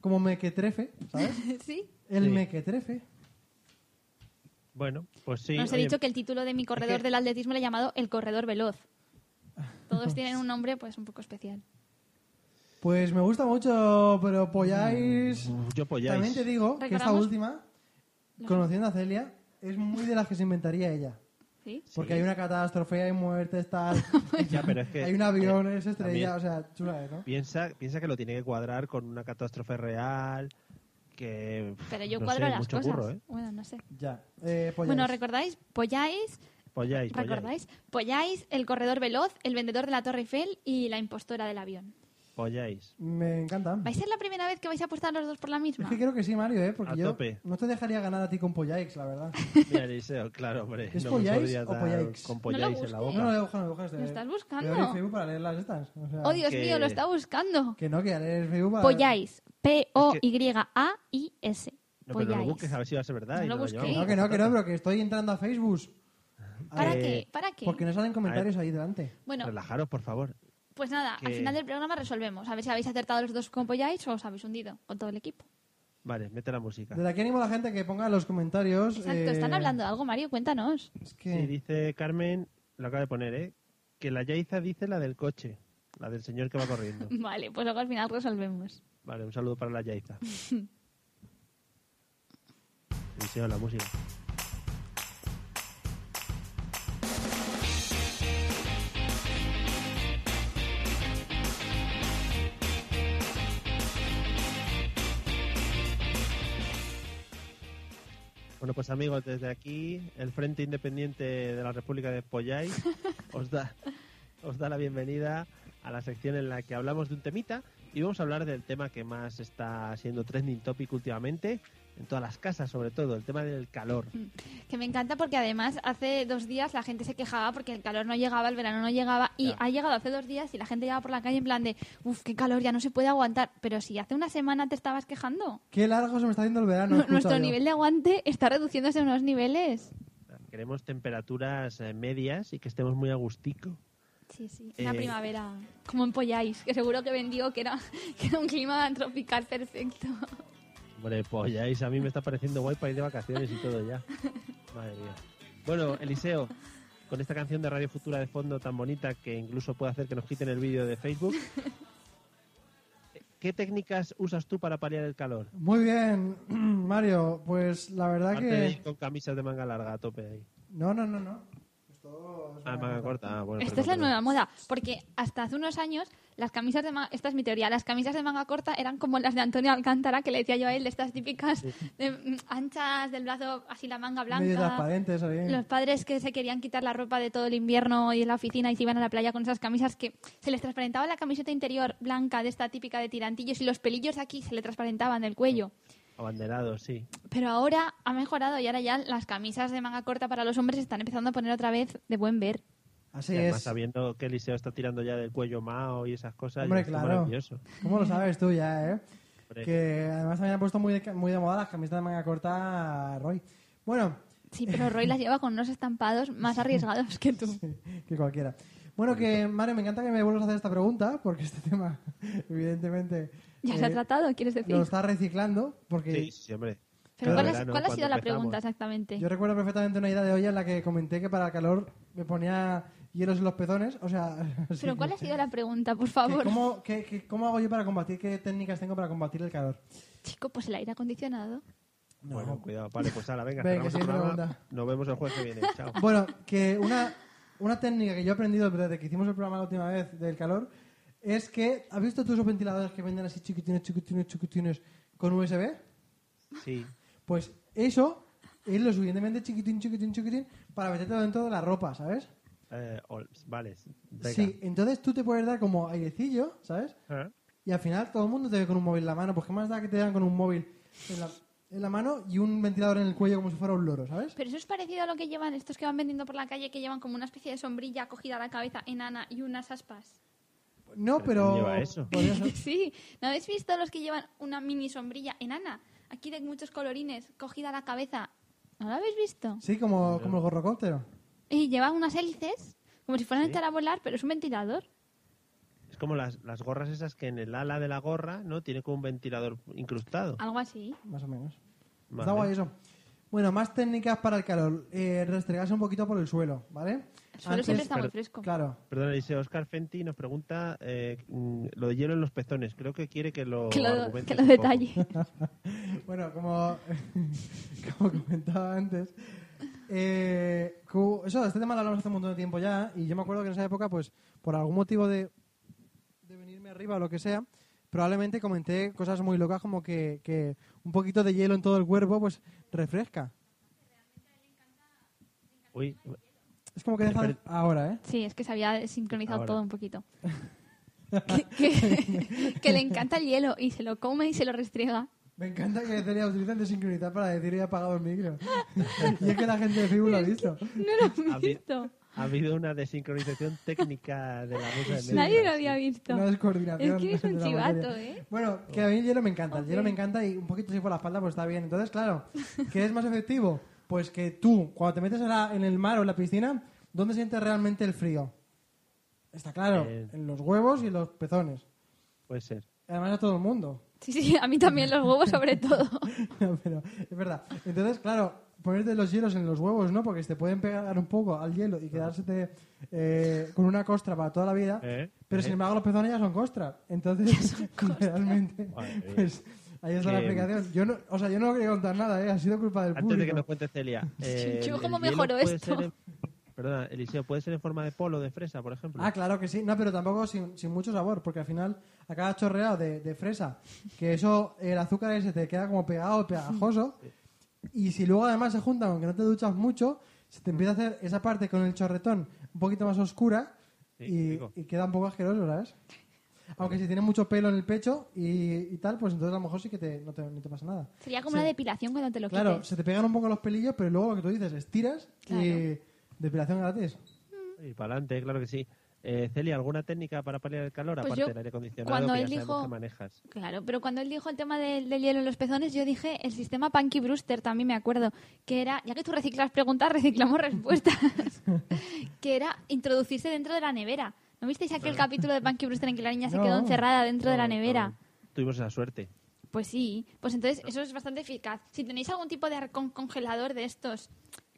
como mequetrefe, ¿sabes? ¿Sí? El Sí. mequetrefe. Bueno, pues sí. Nos he oye, dicho que el título de mi corredor que- del atletismo le he llamado El Corredor Veloz. Todos tienen un nombre pues un poco especial. Pues me gusta mucho, pero polláis... Mm, Yo polláis. También te digo que esta Recordamos- última, conociendo a Celia, es muy de las que se inventaría ella. ¿Sí? Porque hay una catástrofe, hay muertes, tal. Ya, pero es que- eh, hay un avión, es estrella, También- o sea, chula, ¿eh, ¿no? Piensa, piensa que lo tiene que cuadrar con una catástrofe real. Que. pff, Pero yo no cuadro sé, las mucho cosas. burro, ¿eh? Bueno, no sé. Ya. Eh, pollas. Bueno, ¿recordáis? Polláis, Polláis, polláis. ¿recordáis? Polláis, el corredor veloz, el vendedor de la Torre Eiffel y la impostora del avión. Polláis. Me encanta. ¿Vais a ser la primera vez que vais a apostar los dos por la Es misma? que creo que sí, Mario, ¿eh? Porque A yo tope. no te dejaría ganar a ti con Pollaix, la verdad. Mira, Eliseo, claro, hombre. ¿Es no polláis me podría o dar polláix? Con No lo polláis en la busques. No, no, boca. lo buscas, no lo buscas. ¿Lo estás buscando? Voy a abrir Facebook para leer las estas. o sea, Oh, Dios que- Ah. mío, lo está buscando. Que no, que leer Facebook para... Polláis, P-O-Y-A-I-S. No, pero no lo Polláis. busques a ver si va a ser verdad. No y lo nos busquéis. No, llevamos. que no, que no, pero que estoy entrando a Facebook. A ¿Para Eh, ver, qué? ¿Para qué? Porque no salen comentarios ahí delante. Bueno, Relajaros, por favor. pues nada, al que- final del programa resolvemos. A ver si habéis acertado los dos con Polláis o os habéis hundido con todo el equipo. Vale, mete la música. Desde aquí animo a la gente que ponga en los comentarios... Exacto, están eh, hablando de algo, Mario, cuéntanos. Es Sí, que... dice Carmen, lo acaba de poner, ¿eh? Que la Yaiza dice la del coche, la del señor que va corriendo. Vale, pues luego al final resolvemos. Vale, un saludo para la Yaiza. Eliseo, la música. Bueno, pues amigos, desde aquí, el Frente Independiente de la República de Pollay os da, os da la bienvenida a la sección en la que hablamos de un temita y vamos a hablar del tema que más está siendo trending topic últimamente, en todas las casas sobre todo, el tema del calor. Que me encanta porque además hace dos días la gente se quejaba porque el calor no llegaba, el verano no llegaba y Ya. ha llegado hace dos días y la gente lleva por la calle en plan de, uff, qué calor, ya no se puede aguantar. Pero si hace una semana te estabas quejando, Qué largo se me está haciendo el verano. he Nu- nuestro escuchado yo. nivel de aguante está reduciéndose a unos niveles. Queremos temperaturas eh, medias y que estemos muy a gustico. Sí, sí, una Eh, primavera, como en Polláis, que seguro que vendió que era, que era un clima tropical perfecto. Hombre, polláis, a mí me está pareciendo guay para ir de vacaciones y todo ya. Madre mía. Bueno, Eliseo, con esta canción de Radio Futura de fondo tan bonita que incluso puede hacer que nos quiten el vídeo de Facebook, ¿qué técnicas usas tú para paliar el calor? Muy bien, Mario. Pues la verdad Aparte de ir que... con camisas de manga larga a tope ahí. No, no, no, no. Esto es Ah, una manga cosa. corta. Ah, bueno, Esta perdón, es la perdón. nueva moda, porque hasta hace unos años las camisas de manga, esta es mi teoría, las camisas de manga corta eran como las de Antonio Alcántara, que le decía yo a él, de estas típicas de, mm, anchas del brazo, así la manga Medio blanca. transparentes ahí. Los padres que se querían quitar la ropa de todo el invierno y en la oficina y se iban a la playa con esas camisas que se les transparentaba la camiseta interior blanca de esta típica de tirantillos y los pelillos de aquí se le transparentaban del cuello. Abanderado, sí. Pero ahora ha mejorado y ahora ya las camisas de manga corta para los hombres se están empezando a poner otra vez de buen ver. Así Y además, es. sabiendo que Eliseo está tirando ya del cuello Mao y esas cosas, Hombre, ya está claro. maravilloso. ¿Cómo lo sabes tú ya, eh? Hombre. Que además también ha puesto muy de, muy de moda las camisetas de manga corta Roy. Bueno, Sí, pero Roy las lleva con unos estampados más arriesgados que tú. que cualquiera. Bueno, que Mario, me encanta que me vuelvas a hacer esta pregunta, porque este tema, evidentemente, Ya se eh, ha tratado, quieres decir. lo está reciclando, porque Sí, sí, hombre. Pero Cada ¿cuál, es- verano, cuál ha cuando sido la empezamos. pregunta exactamente? yo recuerdo perfectamente una idea de olla en la que comenté que para el calor me ponía hielos en los pezones, o sea... así Pero que- ¿cuál ha sido la pregunta, por que favor? ¿Cómo, que- que ¿Cómo hago yo para combatir? ¿Qué técnicas tengo para combatir el calor? Chico, pues el aire acondicionado. Bueno, cuidado. Vale, pues ahora, venga, Venga, cerramos el siguiente programa. ronda. Nos vemos el jueves que viene. Chao. Bueno, que una, una técnica que yo he aprendido desde que hicimos el programa la última vez del calor es que. ¿Has visto tú esos ventiladores que venden así chiquitines, chiquitines, chiquitines con USB? Sí. Pues eso es lo suficientemente chiquitín, chiquitín, chiquitín para metértelo dentro de la ropa, ¿sabes? Eh, ol- vale. Venga. Sí, entonces tú te puedes dar como airecillo, ¿sabes? Ah, Y al final todo el mundo te ve con un móvil en la mano. Pues qué más da que te dan con un móvil en la, en la mano y un ventilador en el cuello como si fuera un loro, ¿sabes? Pero eso es parecido a lo que llevan estos que van vendiendo por la calle, que llevan como una especie de sombrilla cogida a la cabeza enana y unas aspas. No, ¿Pero pero... quién lleva eso? podría ser- sí, ¿no habéis visto los que llevan una mini sombrilla enana? Aquí de muchos colorines, cogida a la cabeza. ¿No lo habéis visto? Sí, como, como el gorrocóptero. Y lleva unas hélices, como si fueran a echar a volar, pero es un ventilador. Es como las, las gorras esas que en el ala de la gorra, ¿no? Tiene como un ventilador incrustado. Algo así. Más o menos. Vale. Está guay eso. Bueno, más técnicas para el calor. Eh, restregarse un poquito por el suelo, ¿vale? El suelo siempre está muy fresco. Claro. Perdona, dice Oscar Fenti nos pregunta eh, mm, lo de hielo en los pezones. Creo que quiere que lo Que lo, argumentes que lo un poco. detalle. Bueno, como, como comentaba antes, eh, cu- eso, este tema lo hablamos hace un montón de tiempo ya y yo me acuerdo que en esa época, pues, por algún motivo de, de venirme arriba o lo que sea, probablemente comenté cosas muy locas como que, que un poquito de hielo en todo el cuerpo, pues, refresca. Uy, Es como que deja de- ahora, ¿eh? Sí, es que se había sincronizado Ahora. todo un poquito. que, que- que le encanta el hielo y se lo come y se lo restriega. Me encanta que Celia utilizan desincronizar para decir he apagado el micro. y es que la gente de FIBU lo ha visto. No lo A he mí- visto. ha habido una desincronización técnica de la mesa de Nadie mesa. lo había visto. Una descoordinación. Es que eres un de la materia. chivato, ¿eh? Bueno, que a mí el hielo me encanta. El hielo me encanta y un poquito así por la espalda, pues está bien. Entonces, claro, ¿qué es más efectivo? Pues que tú, cuando te metes en, la- en el mar o en la piscina, ¿dónde sientes realmente el frío? Está claro, Eh. en los huevos y en los pezones. Puede ser. Además a todo el mundo. Sí, sí, a mí también los huevos sobre todo. No, pero es verdad. Entonces, claro, ponerte los hielos en los huevos, ¿no? Porque te pueden pegar un poco al hielo y quedársete eh, con una costra para toda la vida. Eh, Pero eh. sin embargo, los pezones ya son costra. Entonces, realmente, Madre mía. pues ahí está la Que- aplicación. Yo no, o sea, yo no quería contar nada, ¿eh? Ha sido culpa del Antes público. de que nos cuente Celia. eh, Yo, el- ¿cómo el hielo mejoró puede esto? ser en- Perdona, Eliseo, ¿puede ser en forma de polo, de fresa, por ejemplo? Ah, claro que sí. No, pero tampoco sin, sin mucho sabor, porque al final acaba chorreado de, de fresa, que eso, el azúcar ese te queda como pegado, pegajoso. Y si luego además se juntan, aunque no te duchas mucho, se te empieza a hacer esa parte con el chorretón un poquito más oscura Sí, y, rico. y queda un poco asqueroso, ¿sabes? Aunque si tiene mucho pelo en el pecho y, y tal, pues entonces a lo mejor sí que te, no, te, no te pasa nada. Sería como Sí. una depilación cuando te lo Claro, quites. se te pegan un poco los pelillos, pero luego lo que tú dices, estiras y Claro. depilación gratis. Y para adelante, claro que sí. Eh, Celia, ¿alguna técnica para paliar el calor? Pues Aparte yo, del aire acondicionado, cuando que ya él sabemos dijo- que manejas. Claro, pero cuando él dijo el tema del, del hielo en los pezones, yo dije el sistema Punky Brewster, también me acuerdo, que era, ya que tú reciclas preguntas, reciclamos respuestas, que era introducirse dentro de la nevera. ¿No visteis aquel capítulo de Punky Brewster en que la niña se No. quedó encerrada dentro de la No, nevera? no, Tuvimos esa suerte. Pues sí, pues entonces eso es bastante eficaz. Si tenéis algún tipo de arcón congelador de estos,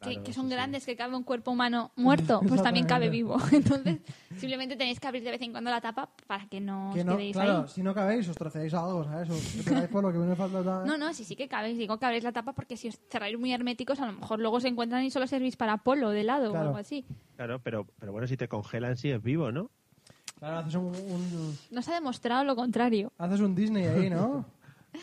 que, Claro, que eso son sí. grandes, que cabe un cuerpo humano muerto, pues también cabe vivo. Entonces, simplemente tenéis que abrir de vez en cuando la tapa para que no Que os no, quedéis claro, ahí. si no cabéis, os troceáis a algo, ¿sabes? Os pegáis por lo que viene falta. tal. No, no, sí, sí que cabéis. Digo que abréis la tapa porque si os cerráis muy herméticos, a lo mejor luego se encuentran y solo servís para polo de lado Claro. o algo así. Claro, pero, pero bueno, si te congelan, sí es vivo, ¿no? Claro, haces un, un- No se ha demostrado lo contrario. haces un Disney ahí, ¿no?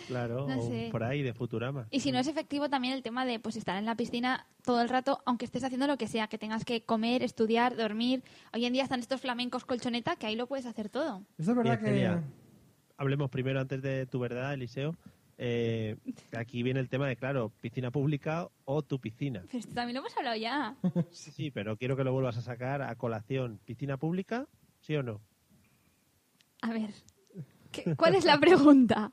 Claro, No o sé. por ahí, de Futurama. Y si no es efectivo también el tema de pues estar en la piscina todo el rato, aunque estés haciendo lo que sea, que tengas que comer, estudiar, dormir. Hoy en día están estos flamencos colchoneta que ahí lo puedes hacer todo. Esto es verdad Bien, Celia, que... Hablemos primero antes de tu verdad, Eliseo. Eh, aquí viene el tema de, claro, piscina pública o tu piscina. Pero esto también lo hemos hablado ya. Sí, pero quiero que lo vuelvas a sacar a colación. ¿Piscina pública? ¿Sí o no? A ver, ¿qué- ¿cuál es la pregunta?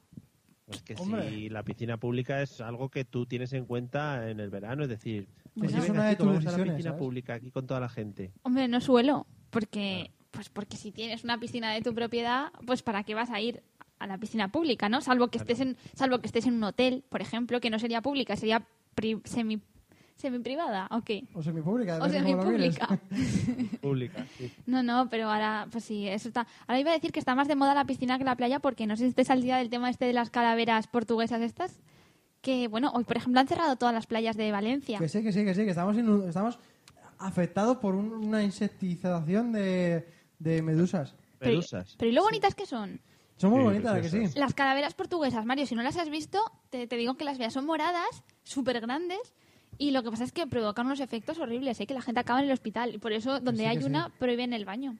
Pues que Hombre. si la piscina pública es algo que tú tienes en cuenta en el verano, es decir, Pues oye, es venga, una de chicos, vamos tus a la decisiones, piscina ¿sabes? pública aquí con toda la gente. Hombre, no suelo, porque pues porque si tienes una piscina de tu propiedad, pues para qué vas a ir a la piscina pública, ¿no? Salvo que estés en salvo que estés en un hotel, por ejemplo, que no sería pública, sería pri- semi semi privada, ¿o qué? O semipública, O depende sea, de cómo lo mires. pública. Pública, sí. No, no, pero ahora, pues sí, eso está. Ahora iba a decir que está más de moda la piscina que la playa, porque no sé si estés al día del tema este de las calaveras portuguesas estas, que, bueno, hoy por ejemplo han cerrado todas las playas de Valencia. Que sí, que sí, que sí, que estamos, inu- estamos afectados por un- una insectización de, de medusas. Pero- Medusas. Pero ¿y lo bonitas que son? Son muy Sí, bonitas, ¿a que sí? preciosas. Las calaveras portuguesas, Mario, si no las has visto, te, te digo que las veas. Son moradas, súper grandes, y lo que pasa es que provocan unos efectos horribles, ¿eh? que la gente acaba en el hospital. Y por eso, donde Pues sí, hay que sí. una, prohíben el baño.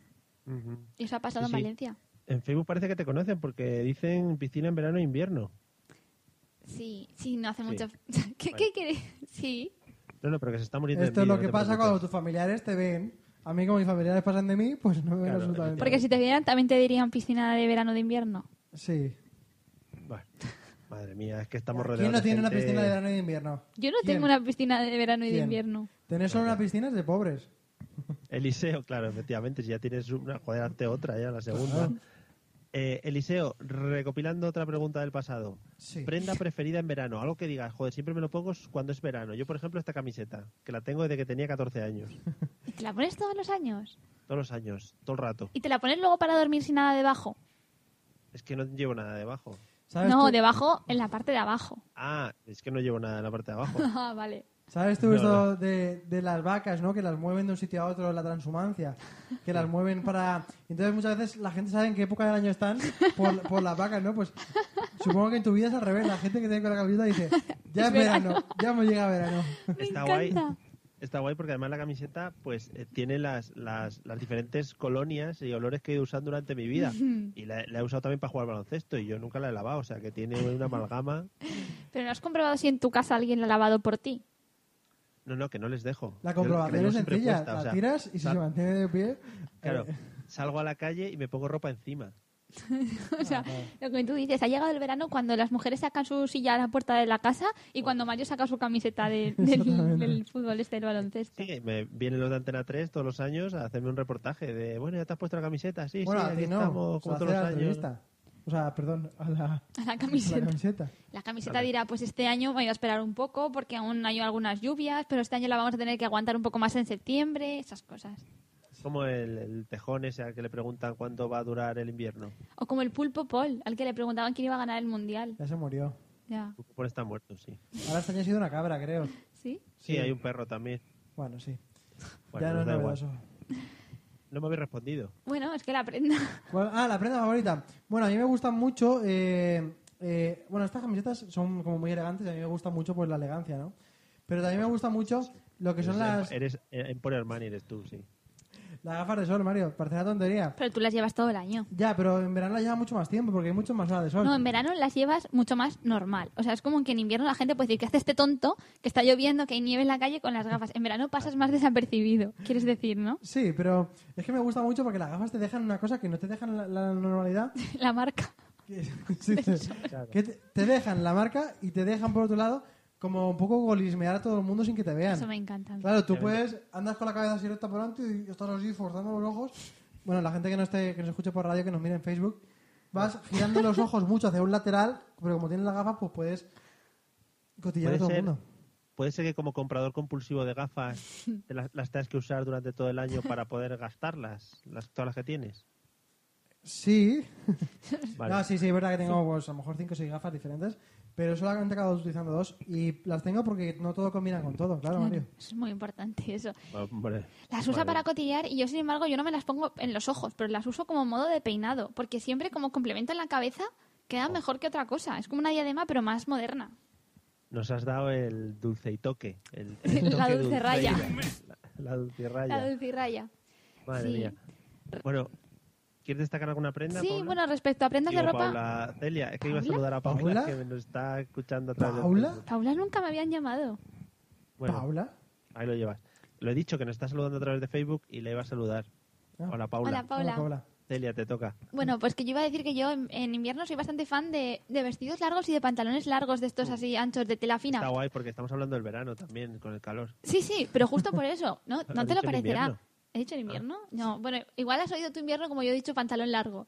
Ujú. Y eso ha pasado Sí, en sí. Valencia. En Facebook parece que te conocen porque dicen piscina en verano e invierno. Sí, sí, no hace Sí. mucho. ¿Qué, qué querés? Sí. No, no, pero que se está muriendo de Esto es envidia, lo que no te pasa cuando preocupes. tus familiares te ven. A mí, como mis familiares pasan de mí, pues no me ven Claro, absolutamente. Porque si te vieran, también te dirían piscina de verano de invierno. Sí. Bueno, madre mía, es que estamos rodeados ¿Quién no de tiene una gente- piscina de verano y de invierno? Yo no ¿Quién? tengo una piscina de verano y de ¿Quién? invierno. Tener solo una piscina es de pobres. Eliseo, claro, efectivamente, si ya tienes una, joder, hazte otra ya, la segunda. Eh, Eliseo, recopilando otra pregunta del pasado. Sí. Prenda preferida en verano, algo que digas, joder, siempre me lo pongo cuando es verano. Yo, por ejemplo, esta camiseta, que la tengo desde que tenía 14 años, ¿Y te la pones todos los años? todos los años, todo el rato. ¿Y te la pones luego para dormir sin nada debajo? Es que no llevo nada debajo. ¿Sabes no, Ah, tú, debajo, en la parte de abajo. Ah, es que no llevo nada en la parte de abajo. Ah, vale. ¿Sabes tú No, esto De, de las vacas, ¿no? Que las mueven de un sitio a otro, la transhumancia. Que las mueven para... Entonces muchas veces la gente sabe en qué época del año están por, por las vacas, ¿no? Pues supongo que en tu vida es al revés. La gente que tiene con la camiseta dice, ya Es es, verano, verano. ya me llega verano. está guay. encanta. Está guay porque además la camiseta pues eh, tiene las, las, las diferentes colonias y olores que he ido usando durante mi vida. Y la, la he usado también para jugar al baloncesto y yo nunca la he lavado, o sea que tiene una amalgama. Pero no has comprobado si en tu casa alguien la ha lavado por ti. No, no, que no les dejo. La Yo- que la comprobación tengo es siempre sencilla. puesta, o la sea, tiras y si sal- se mantiene de pie... Claro, eh, salgo a la calle y me pongo ropa encima. O sea, lo que tú dices, ha llegado el verano cuando las mujeres sacan su silla a la puerta de la casa y cuando Mario saca su camiseta de- del, Exactamente. del fútbol, este, del baloncesto. Sí, me vienen los de Antena 3 todos los años a hacerme un reportaje de, bueno, ya te has puesto la camiseta, sí, bueno, sí, a aquí ti no. estamos como o sea, todos hacer los la años. entrevista. O sea, perdón, a la, A la camiseta. La camiseta. La camiseta dirá, pues este año me voy a esperar un poco porque aún hay algunas lluvias, pero este año la vamos a tener que aguantar un poco más en septiembre, esas cosas. Como el, el tejón ese al que le preguntan cuánto va a durar el invierno. O como el pulpo Paul, al que le preguntaban quién iba a ganar el mundial. Ya se murió. Ya. Tu cupón está muerto, sí. Ahora está sido una cabra, creo. ¿Sí? Sí, hay un perro también. Bueno, sí. Bueno, ya no nos es da igual. novedoso. No me habéis respondido. Bueno, es que la prenda. ¿Cuál- Ah, la prenda favorita. Bueno, a mí me gustan mucho. eh, eh, bueno, estas camisetas son como muy elegantes y a mí me gusta mucho pues la elegancia, ¿no? Pero también me gusta mucho lo que son Eres- las, Eres eh, Emporio Armani, eres tú, sí. las gafas de sol, Mario. Parece una tontería. Pero tú las llevas todo el año. Ya, pero en verano las lleva mucho más tiempo porque hay mucho más horas de sol. No, Mm. en verano las llevas mucho más normal. O sea, es como que en invierno la gente puede decir que hace este tonto, que está lloviendo, que hay nieve en la calle con las gafas. En verano pasas más desapercibido, quieres decir, ¿no? Sí, pero es que me gusta mucho porque las gafas te dejan una cosa que no te dejan la, la normalidad. La marca. que, sí, te, que te, te dejan la marca y te dejan por otro lado como un poco golismear a todo el mundo sin que te vean. Eso me encanta. Claro, tú puedes, andas con la cabeza así recta por delante y estás así forzando los ojos. Bueno, la gente que no esté, que nos escuche por radio, que nos mire en Facebook, vas girando los ojos mucho hacia un lateral, pero como tienes las gafas, pues puedes cotillar Puede a todo ser, el mundo. puede ser que como comprador compulsivo de gafas te las, las tengas que usar durante todo el año para poder gastarlas, las, todas las que tienes. Sí. Vale. No, sí, sí, es verdad que tengo pues, a lo mejor 5 o 6 gafas diferentes, pero solamente acabo utilizando dos y las tengo porque no todo combina con todo, claro, Mario. Eso es muy importante, eso. Hombre. Las usa Vale. para cotillar y yo, sin embargo, yo no me las pongo en los ojos, pero las uso como modo de peinado, porque siempre como complemento en la cabeza queda Oh. mejor que otra cosa. Es como una diadema, pero más moderna. Nos has dado el dulce y toque. El, La toque dulce raya. La, la dulce raya. La dulcirraya. Madre sí. mía. Bueno, ¿quieres destacar alguna prenda? Sí, Paula? bueno, respecto a prendas de Digo, ropa... Paula, Celia, es que iba a ¿Paula? saludar a Paula, ¿Paula? que nos está escuchando atrás del ¿Paula? Facebook. Paula nunca me habían llamado. Bueno, Paula. Ahí lo llevas. Lo he dicho que nos está saludando a través de Facebook y le iba a saludar. Ah. Hola Paula. Hola, Paula. Hola, Paula. Celia, te toca. Bueno, pues que yo iba a decir que yo en, en invierno soy bastante fan de, de vestidos largos y de pantalones largos de estos así anchos de Mm. tela Está fina. guay porque estamos hablando del verano también, con el calor. Sí, sí, pero justo por eso. No, Has no te dicho lo en parecerá. invierno. Ah. ¿He dicho en invierno? No, bueno, igual has oído tu invierno como yo he dicho pantalón largo.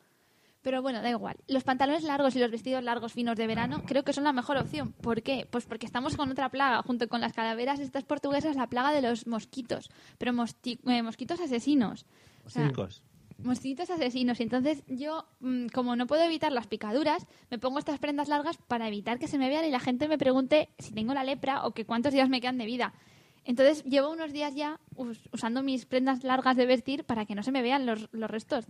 Pero bueno, da igual. Los pantalones largos y los vestidos largos finos de Ah. verano creo que son la mejor opción. ¿Por qué? Pues porque estamos con otra plaga, junto con las calaveras estas portuguesas, la plaga de los mosquitos. Pero mosti- eh, mosquitos asesinos. O sea, Chicos, mosquitos asesinos. Y entonces yo, mm, como no puedo evitar las picaduras, me pongo estas prendas largas para evitar que se me vean y la gente me pregunte si tengo la lepra o que cuántos días me quedan de vida. Entonces llevo unos días ya us- usando mis prendas largas de vestir para que no se me vean los, los restos.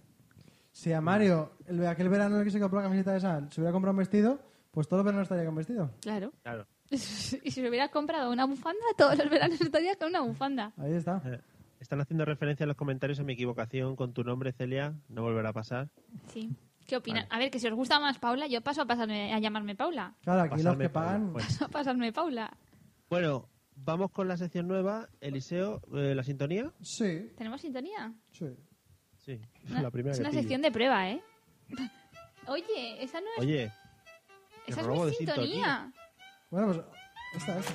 Si a Mario, el de aquel verano en el que se compró la camiseta esa, se hubiera comprado un vestido, pues todos los veranos estaría con vestido. Claro. Claro. y si me hubiera comprado una bufanda, todos los veranos estaría con una bufanda. Ahí está. Eh, Están haciendo referencia en los comentarios a mi equivocación con tu nombre, Celia. No volverá a pasar. Sí. ¿Qué opinan? A ver, que si os gusta más Paula, yo paso a, pasarme, a llamarme Paula. Claro, aquí los Pasarme que por- pagan. bueno. Paso a pasarme Paula. Bueno, vamos con la sección nueva. Eliseo, eh, ¿la sintonía? Sí, ¿Tenemos sintonía? sí. Sí, Una- la primera es que una pillo. sección de prueba, ¿eh? Oye, esa no es, Oye, te esa es robo mi de sintonía. sintonía. Bueno, pues esta, esta.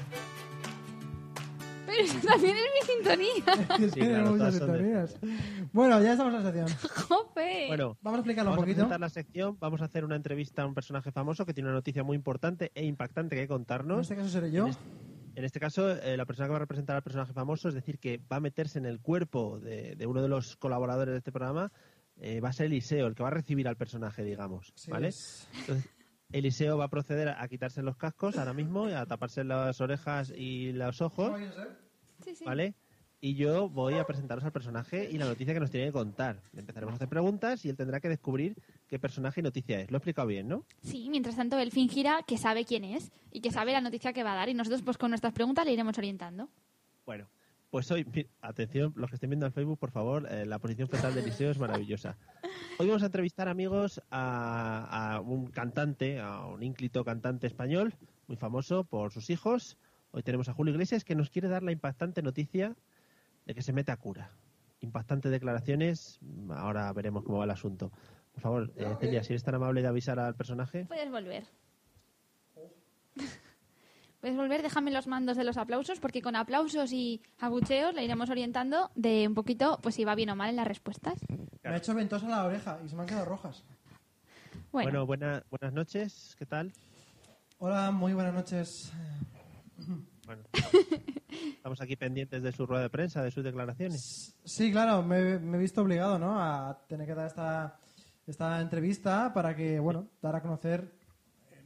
Pero esa también es mi sintonía. Es que Sí, tienen claro, muchas todas son de- este. historias. Bueno, ya estamos en la sección. Jope. bueno, Vamos a explicarlo vamos a un poquito. presentar la sección. Vamos a hacer una entrevista a un personaje famoso que tiene una noticia muy importante e impactante que En contarnos. este caso seré yo. En este- En este caso, eh, la persona que va a representar al personaje famoso, es decir, que va a meterse en el cuerpo de, de uno de los colaboradores de este programa, eh, va a ser Eliseo, el que va a recibir al personaje, digamos. Sí, ¿Vale? es- Entonces, Eliseo va a proceder a quitarse los cascos ahora mismo, y a taparse las orejas y los ojos, ¿Cómo quieres ser? Sí, sí. ¿vale? Y yo voy a presentaros al personaje y la noticia que nos tiene que contar. Le empezaremos a hacer preguntas y él tendrá que descubrir qué personaje y noticia es. Lo he explicado bien, ¿no? Sí, mientras tanto él fingirá que sabe quién es y que sabe la noticia que va a dar y nosotros pues con nuestras preguntas le iremos orientando. Bueno, pues hoy, mi- atención, los que estén viendo en Facebook, por favor, eh, la posición fetal de Eliseo es maravillosa. Hoy vamos a entrevistar, amigos, a, a un cantante, a un ínclito cantante español, muy famoso por sus hijos. Hoy tenemos a Julio Iglesias que nos quiere dar la impactante noticia de que se mete a cura. Impactantes declaraciones, ahora veremos cómo va el asunto. Por favor, eh, Celia, si eres tan amable de avisar al personaje. Puedes volver. Puedes volver, déjame los mandos de los aplausos porque con aplausos y abucheos le iremos orientando de un poquito pues si va bien o mal en las respuestas. Me ha hecho ventosa la oreja y se me han quedado rojas. Bueno, Bueno, buena- buenas noches, ¿qué tal? Hola, muy buenas noches. Bueno, estamos aquí pendientes de su rueda de prensa, de sus declaraciones. Sí, claro, me, me he visto obligado, ¿no? A tener que dar esta, esta entrevista para que, bueno, dar a conocer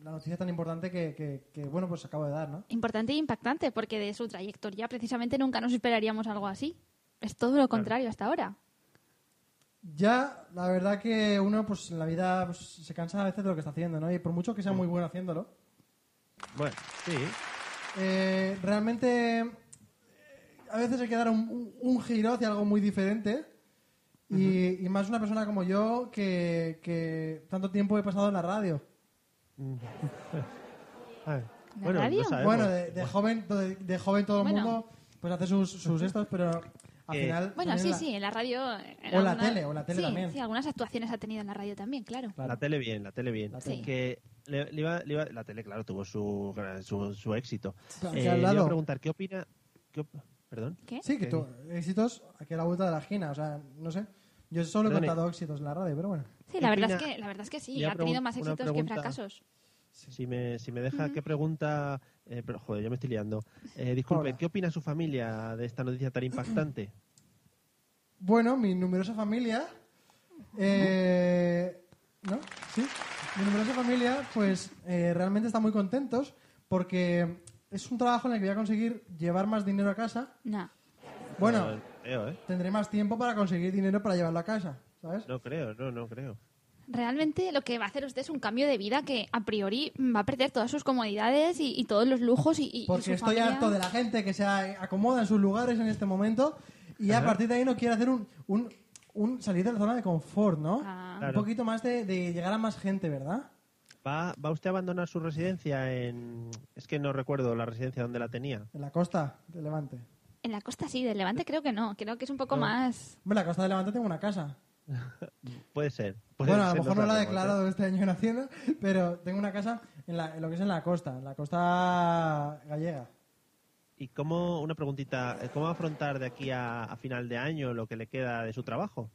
la noticia tan importante que, que- que, bueno, pues acabo de dar, ¿no? importante e impactante porque de su trayectoria precisamente nunca nos esperaríamos algo así. Es todo lo contrario hasta ahora. Ya, la verdad que uno, pues en la vida pues, se cansa a veces de lo que está haciendo, ¿no? Y por mucho que sea muy bueno haciéndolo, Bueno, sí, eh, realmente eh, a veces hay que dar un, un- un giro hacia algo muy diferente. Y, y más una persona como yo que, que tanto tiempo he pasado en la radio. A ver, ¿La Bueno, radio? lo sabemos. Bueno, de, de joven, de, de joven todo el Bueno. mundo pues hace sus, sus estos, pero al Eh, final... Bueno, también sí, la- sí, en la radio. eh, O la tele, o la tele sí, también. Sí, algunas actuaciones ha tenido en la radio también, claro. Claro. La tele bien, la tele bien. La tele. Que le- le iba- le iba- la tele, claro, tuvo su, gra- su, su éxito. Claro, Eh, que al le iba lado- a preguntar, ¿qué opina? qué op- ¿Perdón? ¿Qué? Sí, que tú, éxitos aquí a la vuelta de la esquina, o sea, no sé. Yo solo he Perdone. contado éxitos en la radio, pero bueno. Sí, la verdad, es opina? que, la verdad es que sí, Le iba a ha tenido pregun- más una éxitos pregunta. que fracasos. Si me, si me deja, ¿qué pregunta? eh, pero, joder, yo me estoy liando. Eh, disculpe, Hola. ¿qué opina su familia de esta noticia tan impactante? Bueno, mi numerosa familia... eh, ¿No? Sí. Mi numerosa familia, pues eh, realmente está muy contentos porque es un trabajo en el que voy a conseguir llevar más dinero a casa. No. Bueno, No creo, ¿eh? tendré más tiempo para conseguir dinero para llevarlo a casa, ¿sabes? No creo, no, no creo. Realmente lo que va a hacer usted es un cambio de vida que a priori va a perder todas sus comodidades y, y todos los lujos y, y- y su Porque estoy familia. harto de la gente que se a- acomoda en sus lugares en este momento y a partir de ahí no quiere hacer un, un, un salir de la zona de confort, ¿no? Ah. Claro. Un poquito más de, de llegar a más gente, ¿verdad? ¿Va, ¿Va usted a abandonar su residencia en...? Es que no recuerdo la residencia donde la tenía. En la costa de Levante. En la costa sí, del Levante creo que no, creo que es un poco más... Hombre, en la costa de Levante tengo una casa. Puede ser. puede Bueno, a ser, lo mejor no sabemos, la he ¿eh? declarado este año en Hacienda, pero tengo una casa en, la- en lo que es en la costa, en la costa gallega. ¿Y cómo, una preguntita, eh, cómo va a afrontar de aquí a, a final de año lo que le queda de su trabajo?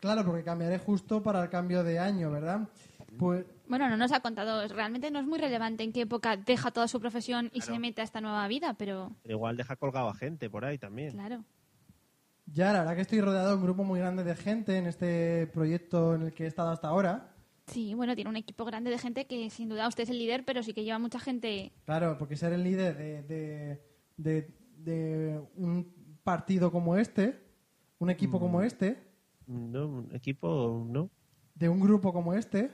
Claro, porque cambiaré justo para el cambio de año, ¿verdad? Pues Bueno, no nos ha contado, realmente no es muy relevante en qué época deja toda su profesión y se mete a esta nueva vida, pero Pero igual deja colgado a gente por ahí también. claro. Ya, la verdad que estoy rodeado de un grupo muy grande de gente en este proyecto en el que he estado hasta ahora. Sí, bueno, tiene un equipo grande de gente que sin duda usted es el líder, pero sí que lleva mucha gente. Claro, porque ser el líder de, de, de- de un partido como este, un equipo como este, No, un equipo, no. de un grupo como este.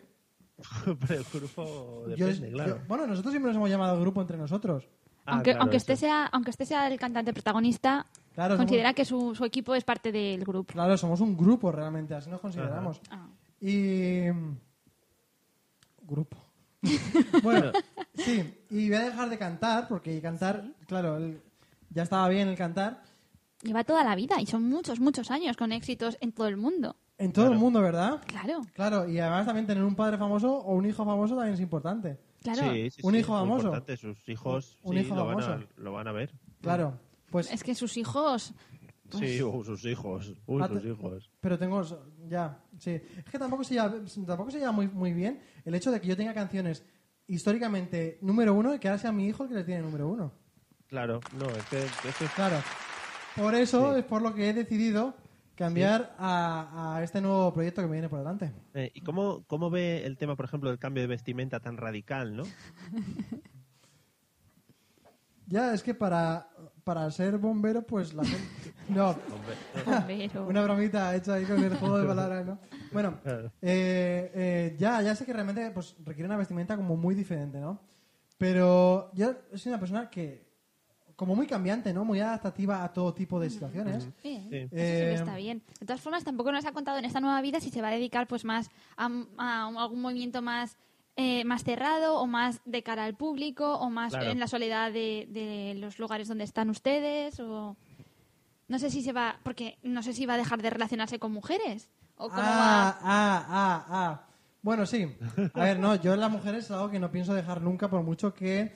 Pero el grupo yo- depende, claro. yo- bueno, nosotros siempre nos hemos llamado grupo entre nosotros. Ah, aunque, claro, aunque, eso. usted sea, aunque usted sea el cantante protagonista, Claro, considera somos- que su, su equipo es parte del grupo. Claro, somos un grupo realmente, así nos consideramos. Ah. Y. mm, Grupo. bueno, sí, y voy a dejar de cantar, porque cantar, claro, el- ya estaba bien el cantar. Lleva toda la vida y son muchos, muchos años con éxitos en todo el mundo. En todo el mundo, ¿verdad? Claro, Claro, y además también tener un padre famoso o un hijo famoso también es importante. claro. Sí, sí, Un sí, hijo es muy famoso. importante, Sus hijos Un sí, hijo lo, van a, famoso. lo van a ver. Claro, pues... Es que sus hijos. Pues Sí, o sus hijos. Uy, Ah, sus te- hijos. Pero tengo... Ya, sí. Es que tampoco se lleva, tampoco se lleva muy, muy bien el hecho de que yo tenga canciones históricamente número uno y que ahora sea mi hijo el que le tiene número uno. Claro, no, es que eso es- Pues Claro. Por eso es por lo que he decidido cambiar a, a este nuevo proyecto que me viene por delante. Eh, ¿Y cómo, cómo ve el tema, por ejemplo, del cambio de vestimenta tan radical, no? Ya, es que para, para ser bombero, pues la gente... No, Bombero. una bromita hecha ahí con el juego de palabras, ¿no? Bueno, Claro. eh, eh, ya, ya sé que realmente pues, requiere una vestimenta como muy diferente, ¿no? Pero yo soy una persona que, como muy cambiante, ¿no? Muy adaptativa a todo tipo de situaciones. Bien, Sí. eso siempre Eh, está bien. De todas formas, tampoco nos ha contado en esta nueva vida si se va a dedicar pues más a, a un- algún movimiento más eh, más cerrado o más de cara al público o más Claro. en la soledad de, de los lugares donde están ustedes o no sé si se va porque no sé si va a dejar de relacionarse con mujeres o cómo ah, va ah, ah, ah. Bueno, sí. A ver, no, yo en las mujeres es algo que no pienso dejar nunca, por mucho que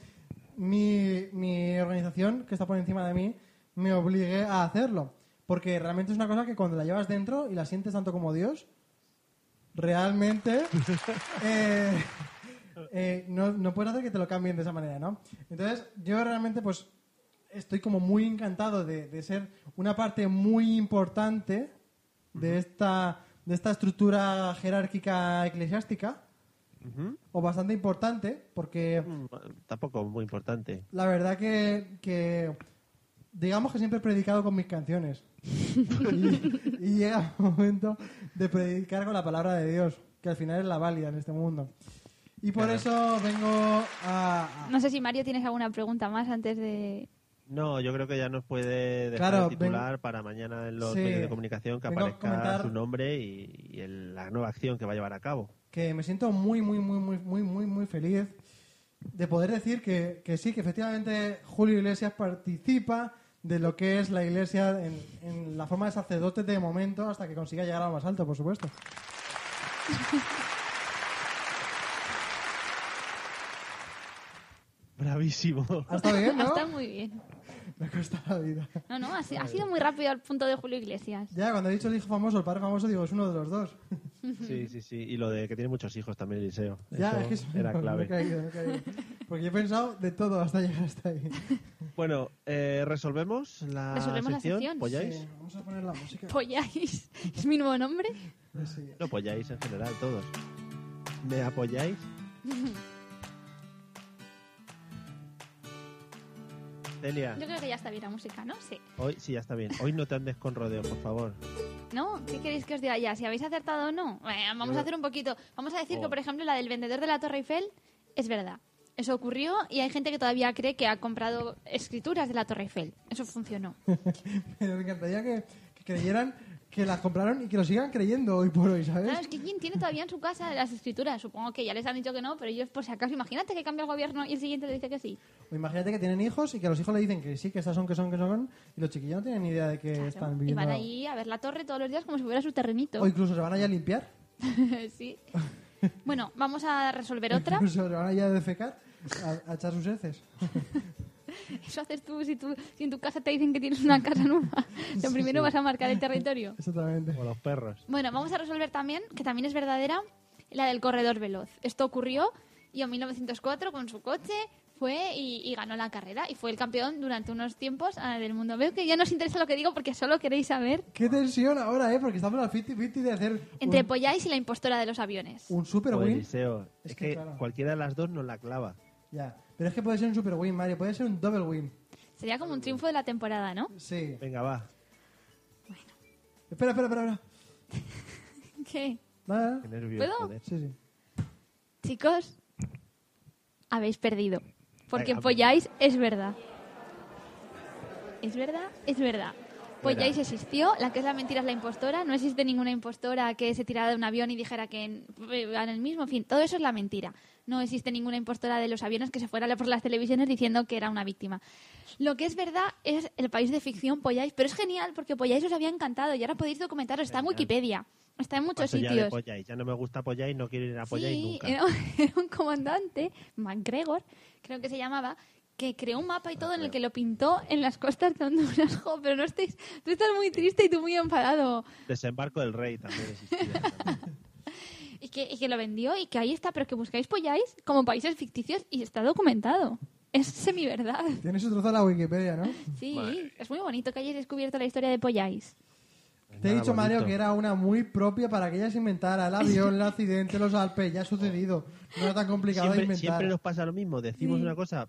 mi, mi organización, que está por encima de mí, me obligue a hacerlo. Porque realmente es una cosa que cuando la llevas dentro y la sientes tanto como Dios, realmente eh, eh, no, no puedes hacer que te lo cambien de esa manera, ¿no? Entonces, yo realmente pues estoy como muy encantado de, de ser una parte muy importante de esta, de esta estructura jerárquica eclesiástica, o bastante importante, porque Mm, Tampoco muy importante. la verdad que, que digamos que siempre he predicado con mis canciones. y, y llega el momento de predicar con la palabra de Dios, que al final es la válida en este mundo. Y por eso vengo a... a- no sé si Mario tienes alguna pregunta más antes de No, yo creo que ya nos puede dejar Claro, el titular ven- para mañana en los Sí. medios de comunicación que Vengo a aparezca comentar- su nombre y, y el- la nueva acción que va a llevar a cabo. que me siento muy, muy, muy, muy, muy, muy, muy feliz de poder decir que, que sí, que efectivamente Julio Iglesias participa de lo que es la iglesia en, en la forma de sacerdote de momento hasta que consiga llegar a lo más alto, por supuesto. Bravísimo. Ha estado bien, ¿no? está muy bien Me cuesta la vida. no no ha, si- ha sido muy rápido al punto de Julio Iglesias Ya, cuando he dicho el hijo famoso, el padre famoso, digo, es uno de los dos. Sí, sí, sí. Y lo de que tiene muchos hijos también, Eliseo. ya, Eso es que eso- era no, no clave. he caído, no he caído. Porque yo he pensado de todo hasta llegar hasta ahí. Bueno, eh, ¿resolvemos la Resolvemos la sección? sección. ¿Polláis? Sí, Eh, vamos a poner la música. Polláis es mi nuevo nombre Sí. No apoyáis en general todos. ¿Me apoyáis? Delia, yo creo que ya está bien la música no sí hoy sí ya está bien. Hoy no te andes con rodeo, por favor. ¿No? ¿Qué queréis que os diga ya? ¿Si habéis acertado o no? Eh, vamos a hacer un poquito. Vamos a decir que, por ejemplo, la del vendedor de la Torre Eiffel es verdad. Eso ocurrió y hay gente que todavía cree que ha comprado escrituras de la Torre Eiffel. Eso funcionó. Pero me encantaría que, que creyeran que las compraron y que lo sigan creyendo hoy por hoy, ¿sabes? Claro, es que quien tiene todavía en su casa las escrituras. Supongo que ya les han dicho que no, pero yo, por si acaso, imagínate que cambia el gobierno y el siguiente le dice que sí. O imagínate que tienen hijos y que a los hijos le dicen que sí, que estas son, que son, que son, y los chiquillos no tienen ni idea de que están y viviendo. van ahí a ver la torre todos los días como si fuera su terrenito. O incluso se van a ir a limpiar, sí. Bueno, vamos a resolver otra. incluso se van a ir a defecar, a, a echar sus heces. Eso haces tú si, tú si en tu casa te dicen que tienes una casa nueva. Lo primero vas a marcar el territorio. Exactamente. O los perros. Bueno, vamos a resolver también, que también es verdadera, la del corredor veloz. Esto ocurrió y en 1904 con su coche fue y, y ganó la carrera y fue el campeón durante unos tiempos ah, del mundo. Veo que ya no os interesa lo que digo porque solo queréis saber Qué tensión ahora, ¿eh? Porque estamos al 50-50 de hacer entre un, Polláis y la impostora de los aviones. un super Joder, win. Eliseo, Es Es, que, que, claro. cualquiera de las dos nos la clava. Ya. Pero es que puede ser un super win, Mario. Puede ser un double win. Sería como un triunfo de la temporada, ¿no? Sí. Venga, va. Espera, espera, espera. espera. ¿Qué? Nada, nada. Qué nervios, ¿Puedo? joder. Sí, sí. Chicos, habéis perdido. Porque Venga, Polláis es verdad. ¿Es verdad? Es verdad. Polláis existió, la que es la mentira es la impostora, no existe ninguna impostora que se tirara de un avión y dijera que en, en el mismo, en fin, todo eso es la mentira. No existe ninguna impostora de los aviones que se fuera por las televisiones diciendo que era una víctima. Lo que es verdad es el país de ficción Polláis, pero es genial porque Polláis os había encantado y ahora podéis documentaros, está en Wikipedia, está en muchos Paso ya de sitios. Polláis. Ya no me gusta Polláis, no quiero ir a Polláis Sí, eh, nunca. era, era un comandante, MacGregor, creo que se llamaba, que creó un mapa y todo en el que lo pintó en las costas de Honduras. Jo, pero no estáis, tú estás muy triste y tú muy enfadado. Desembarco del Rey también existía. también. Y que, y que lo vendió y que ahí está, pero que buscáis polláis como países ficticios y está documentado. Es semiverdad. Tienes otro trozo de la Wikipedia, ¿no? Sí, es muy bonito que hayáis descubierto la historia de polláis. Te he Nada dicho, Mario, bonito. que era una muy propia para que ella se inventara el avión, el accidente, los Alpes, ya ha sucedido. No era tan complicado de Siempre, inventar. siempre nos pasa lo mismo. Decimos Sí. una cosa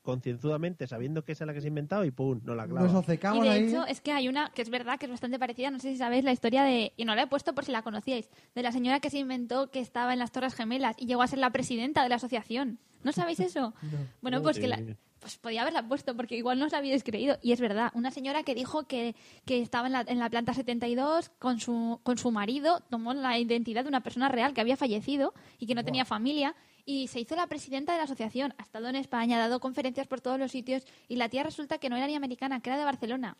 concienzudamente, sabiendo que esa es la que se ha inventado y pum, no la clava. Nos obcecamos y de ahí. hecho, es que hay una que es verdad que es bastante parecida. No sé si sabéis la historia de. Y no la he puesto por si la conocíais. De la señora que se inventó que estaba en las Torres Gemelas y llegó a ser la presidenta de la asociación. ¿No sabéis eso? Bueno, pues que la. Joder. Pues podía haberla puesto porque igual no os la habíais creído. Y es verdad, una señora que dijo que, que estaba en la, en la planta 72 con su, con su marido, tomó la identidad de una persona real que había fallecido y que no tenía familia y se hizo la presidenta de la asociación. Ha estado en España, ha dado conferencias por todos los sitios y la tía resulta que no era ni americana, que era de Barcelona.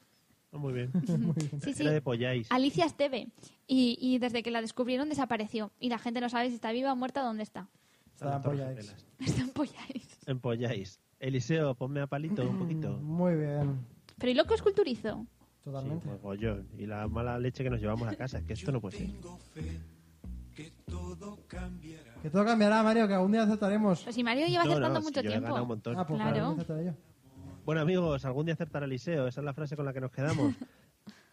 Oh, Muy bien. Sí, sí. Era de Polláis. Alicia Esteve. Y, y desde que la descubrieron desapareció. Y la gente no sabe si está viva o muerta, dónde está. Estaba en Torres Polláis. Gemelas. Está en Polláis. En Polláis. Eliseo, ponme a palito un poquito. Muy bien. Pero ¿y lo que os culturizó? Sí, Mm, Totalmente. mogollón. Y la mala leche que nos llevamos a casa, que esto no puede ser. pues. Que todo cambiará, Mario, que algún día aceptaremos. Pues si Mario lleva No, no, acertando si yo mucho he tiempo. ganado un montón. Ah, pues Claro. claro. aceptaré yo. Bueno, amigos, algún día acertará Eliseo. Esa es la frase con la que nos quedamos.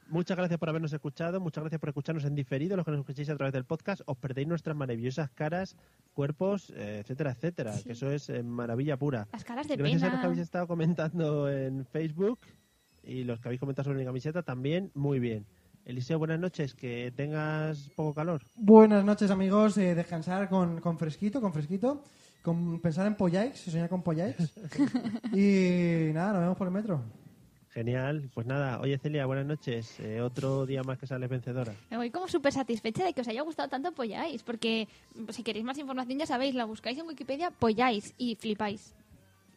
Muchas gracias por habernos escuchado, muchas gracias por escucharnos en diferido, los que nos escuchéis a través del podcast, os perdéis nuestras maravillosas caras, cuerpos, eh, etcétera, etcétera, que eso es eh, maravilla pura. Las caras de gracias a los pena. que habéis estado comentando en Facebook y los que habéis comentado sobre mi camiseta también, muy bien. Eliseo, buenas noches, que tengas poco calor. Buenas noches, amigos. Eh, descansar con, con fresquito, con fresquito. Con pensar en Polláix, soñar con Polláix. y nada, nos vemos por el metro. Genial, pues nada, oye Celia, buenas noches, Eh, otro día más que sales vencedora. Me voy como súper satisfecha de que os haya gustado tanto Polláis, porque pues, si queréis más información ya sabéis, la buscáis en Wikipedia, Polláis y flipáis.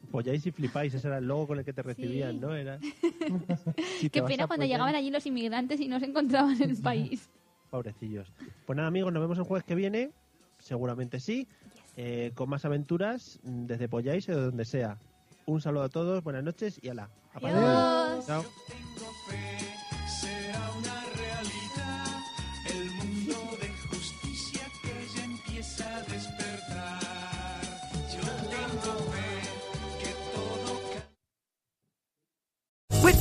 Apoyáis y flipáis, ese era el logo con el que te recibían, ¿no? Era... Si te Qué vas pena a cuando Polláis. llegaban allí los inmigrantes y no se encontraban en el país. Pobrecillos. Pues nada, amigos, nos vemos el jueves que viene. Seguramente sí. eh, con más aventuras mm, desde Polláis o de donde sea. Un saludo a todos, buenas noches y ala. A pasear. Adiós. Chao. With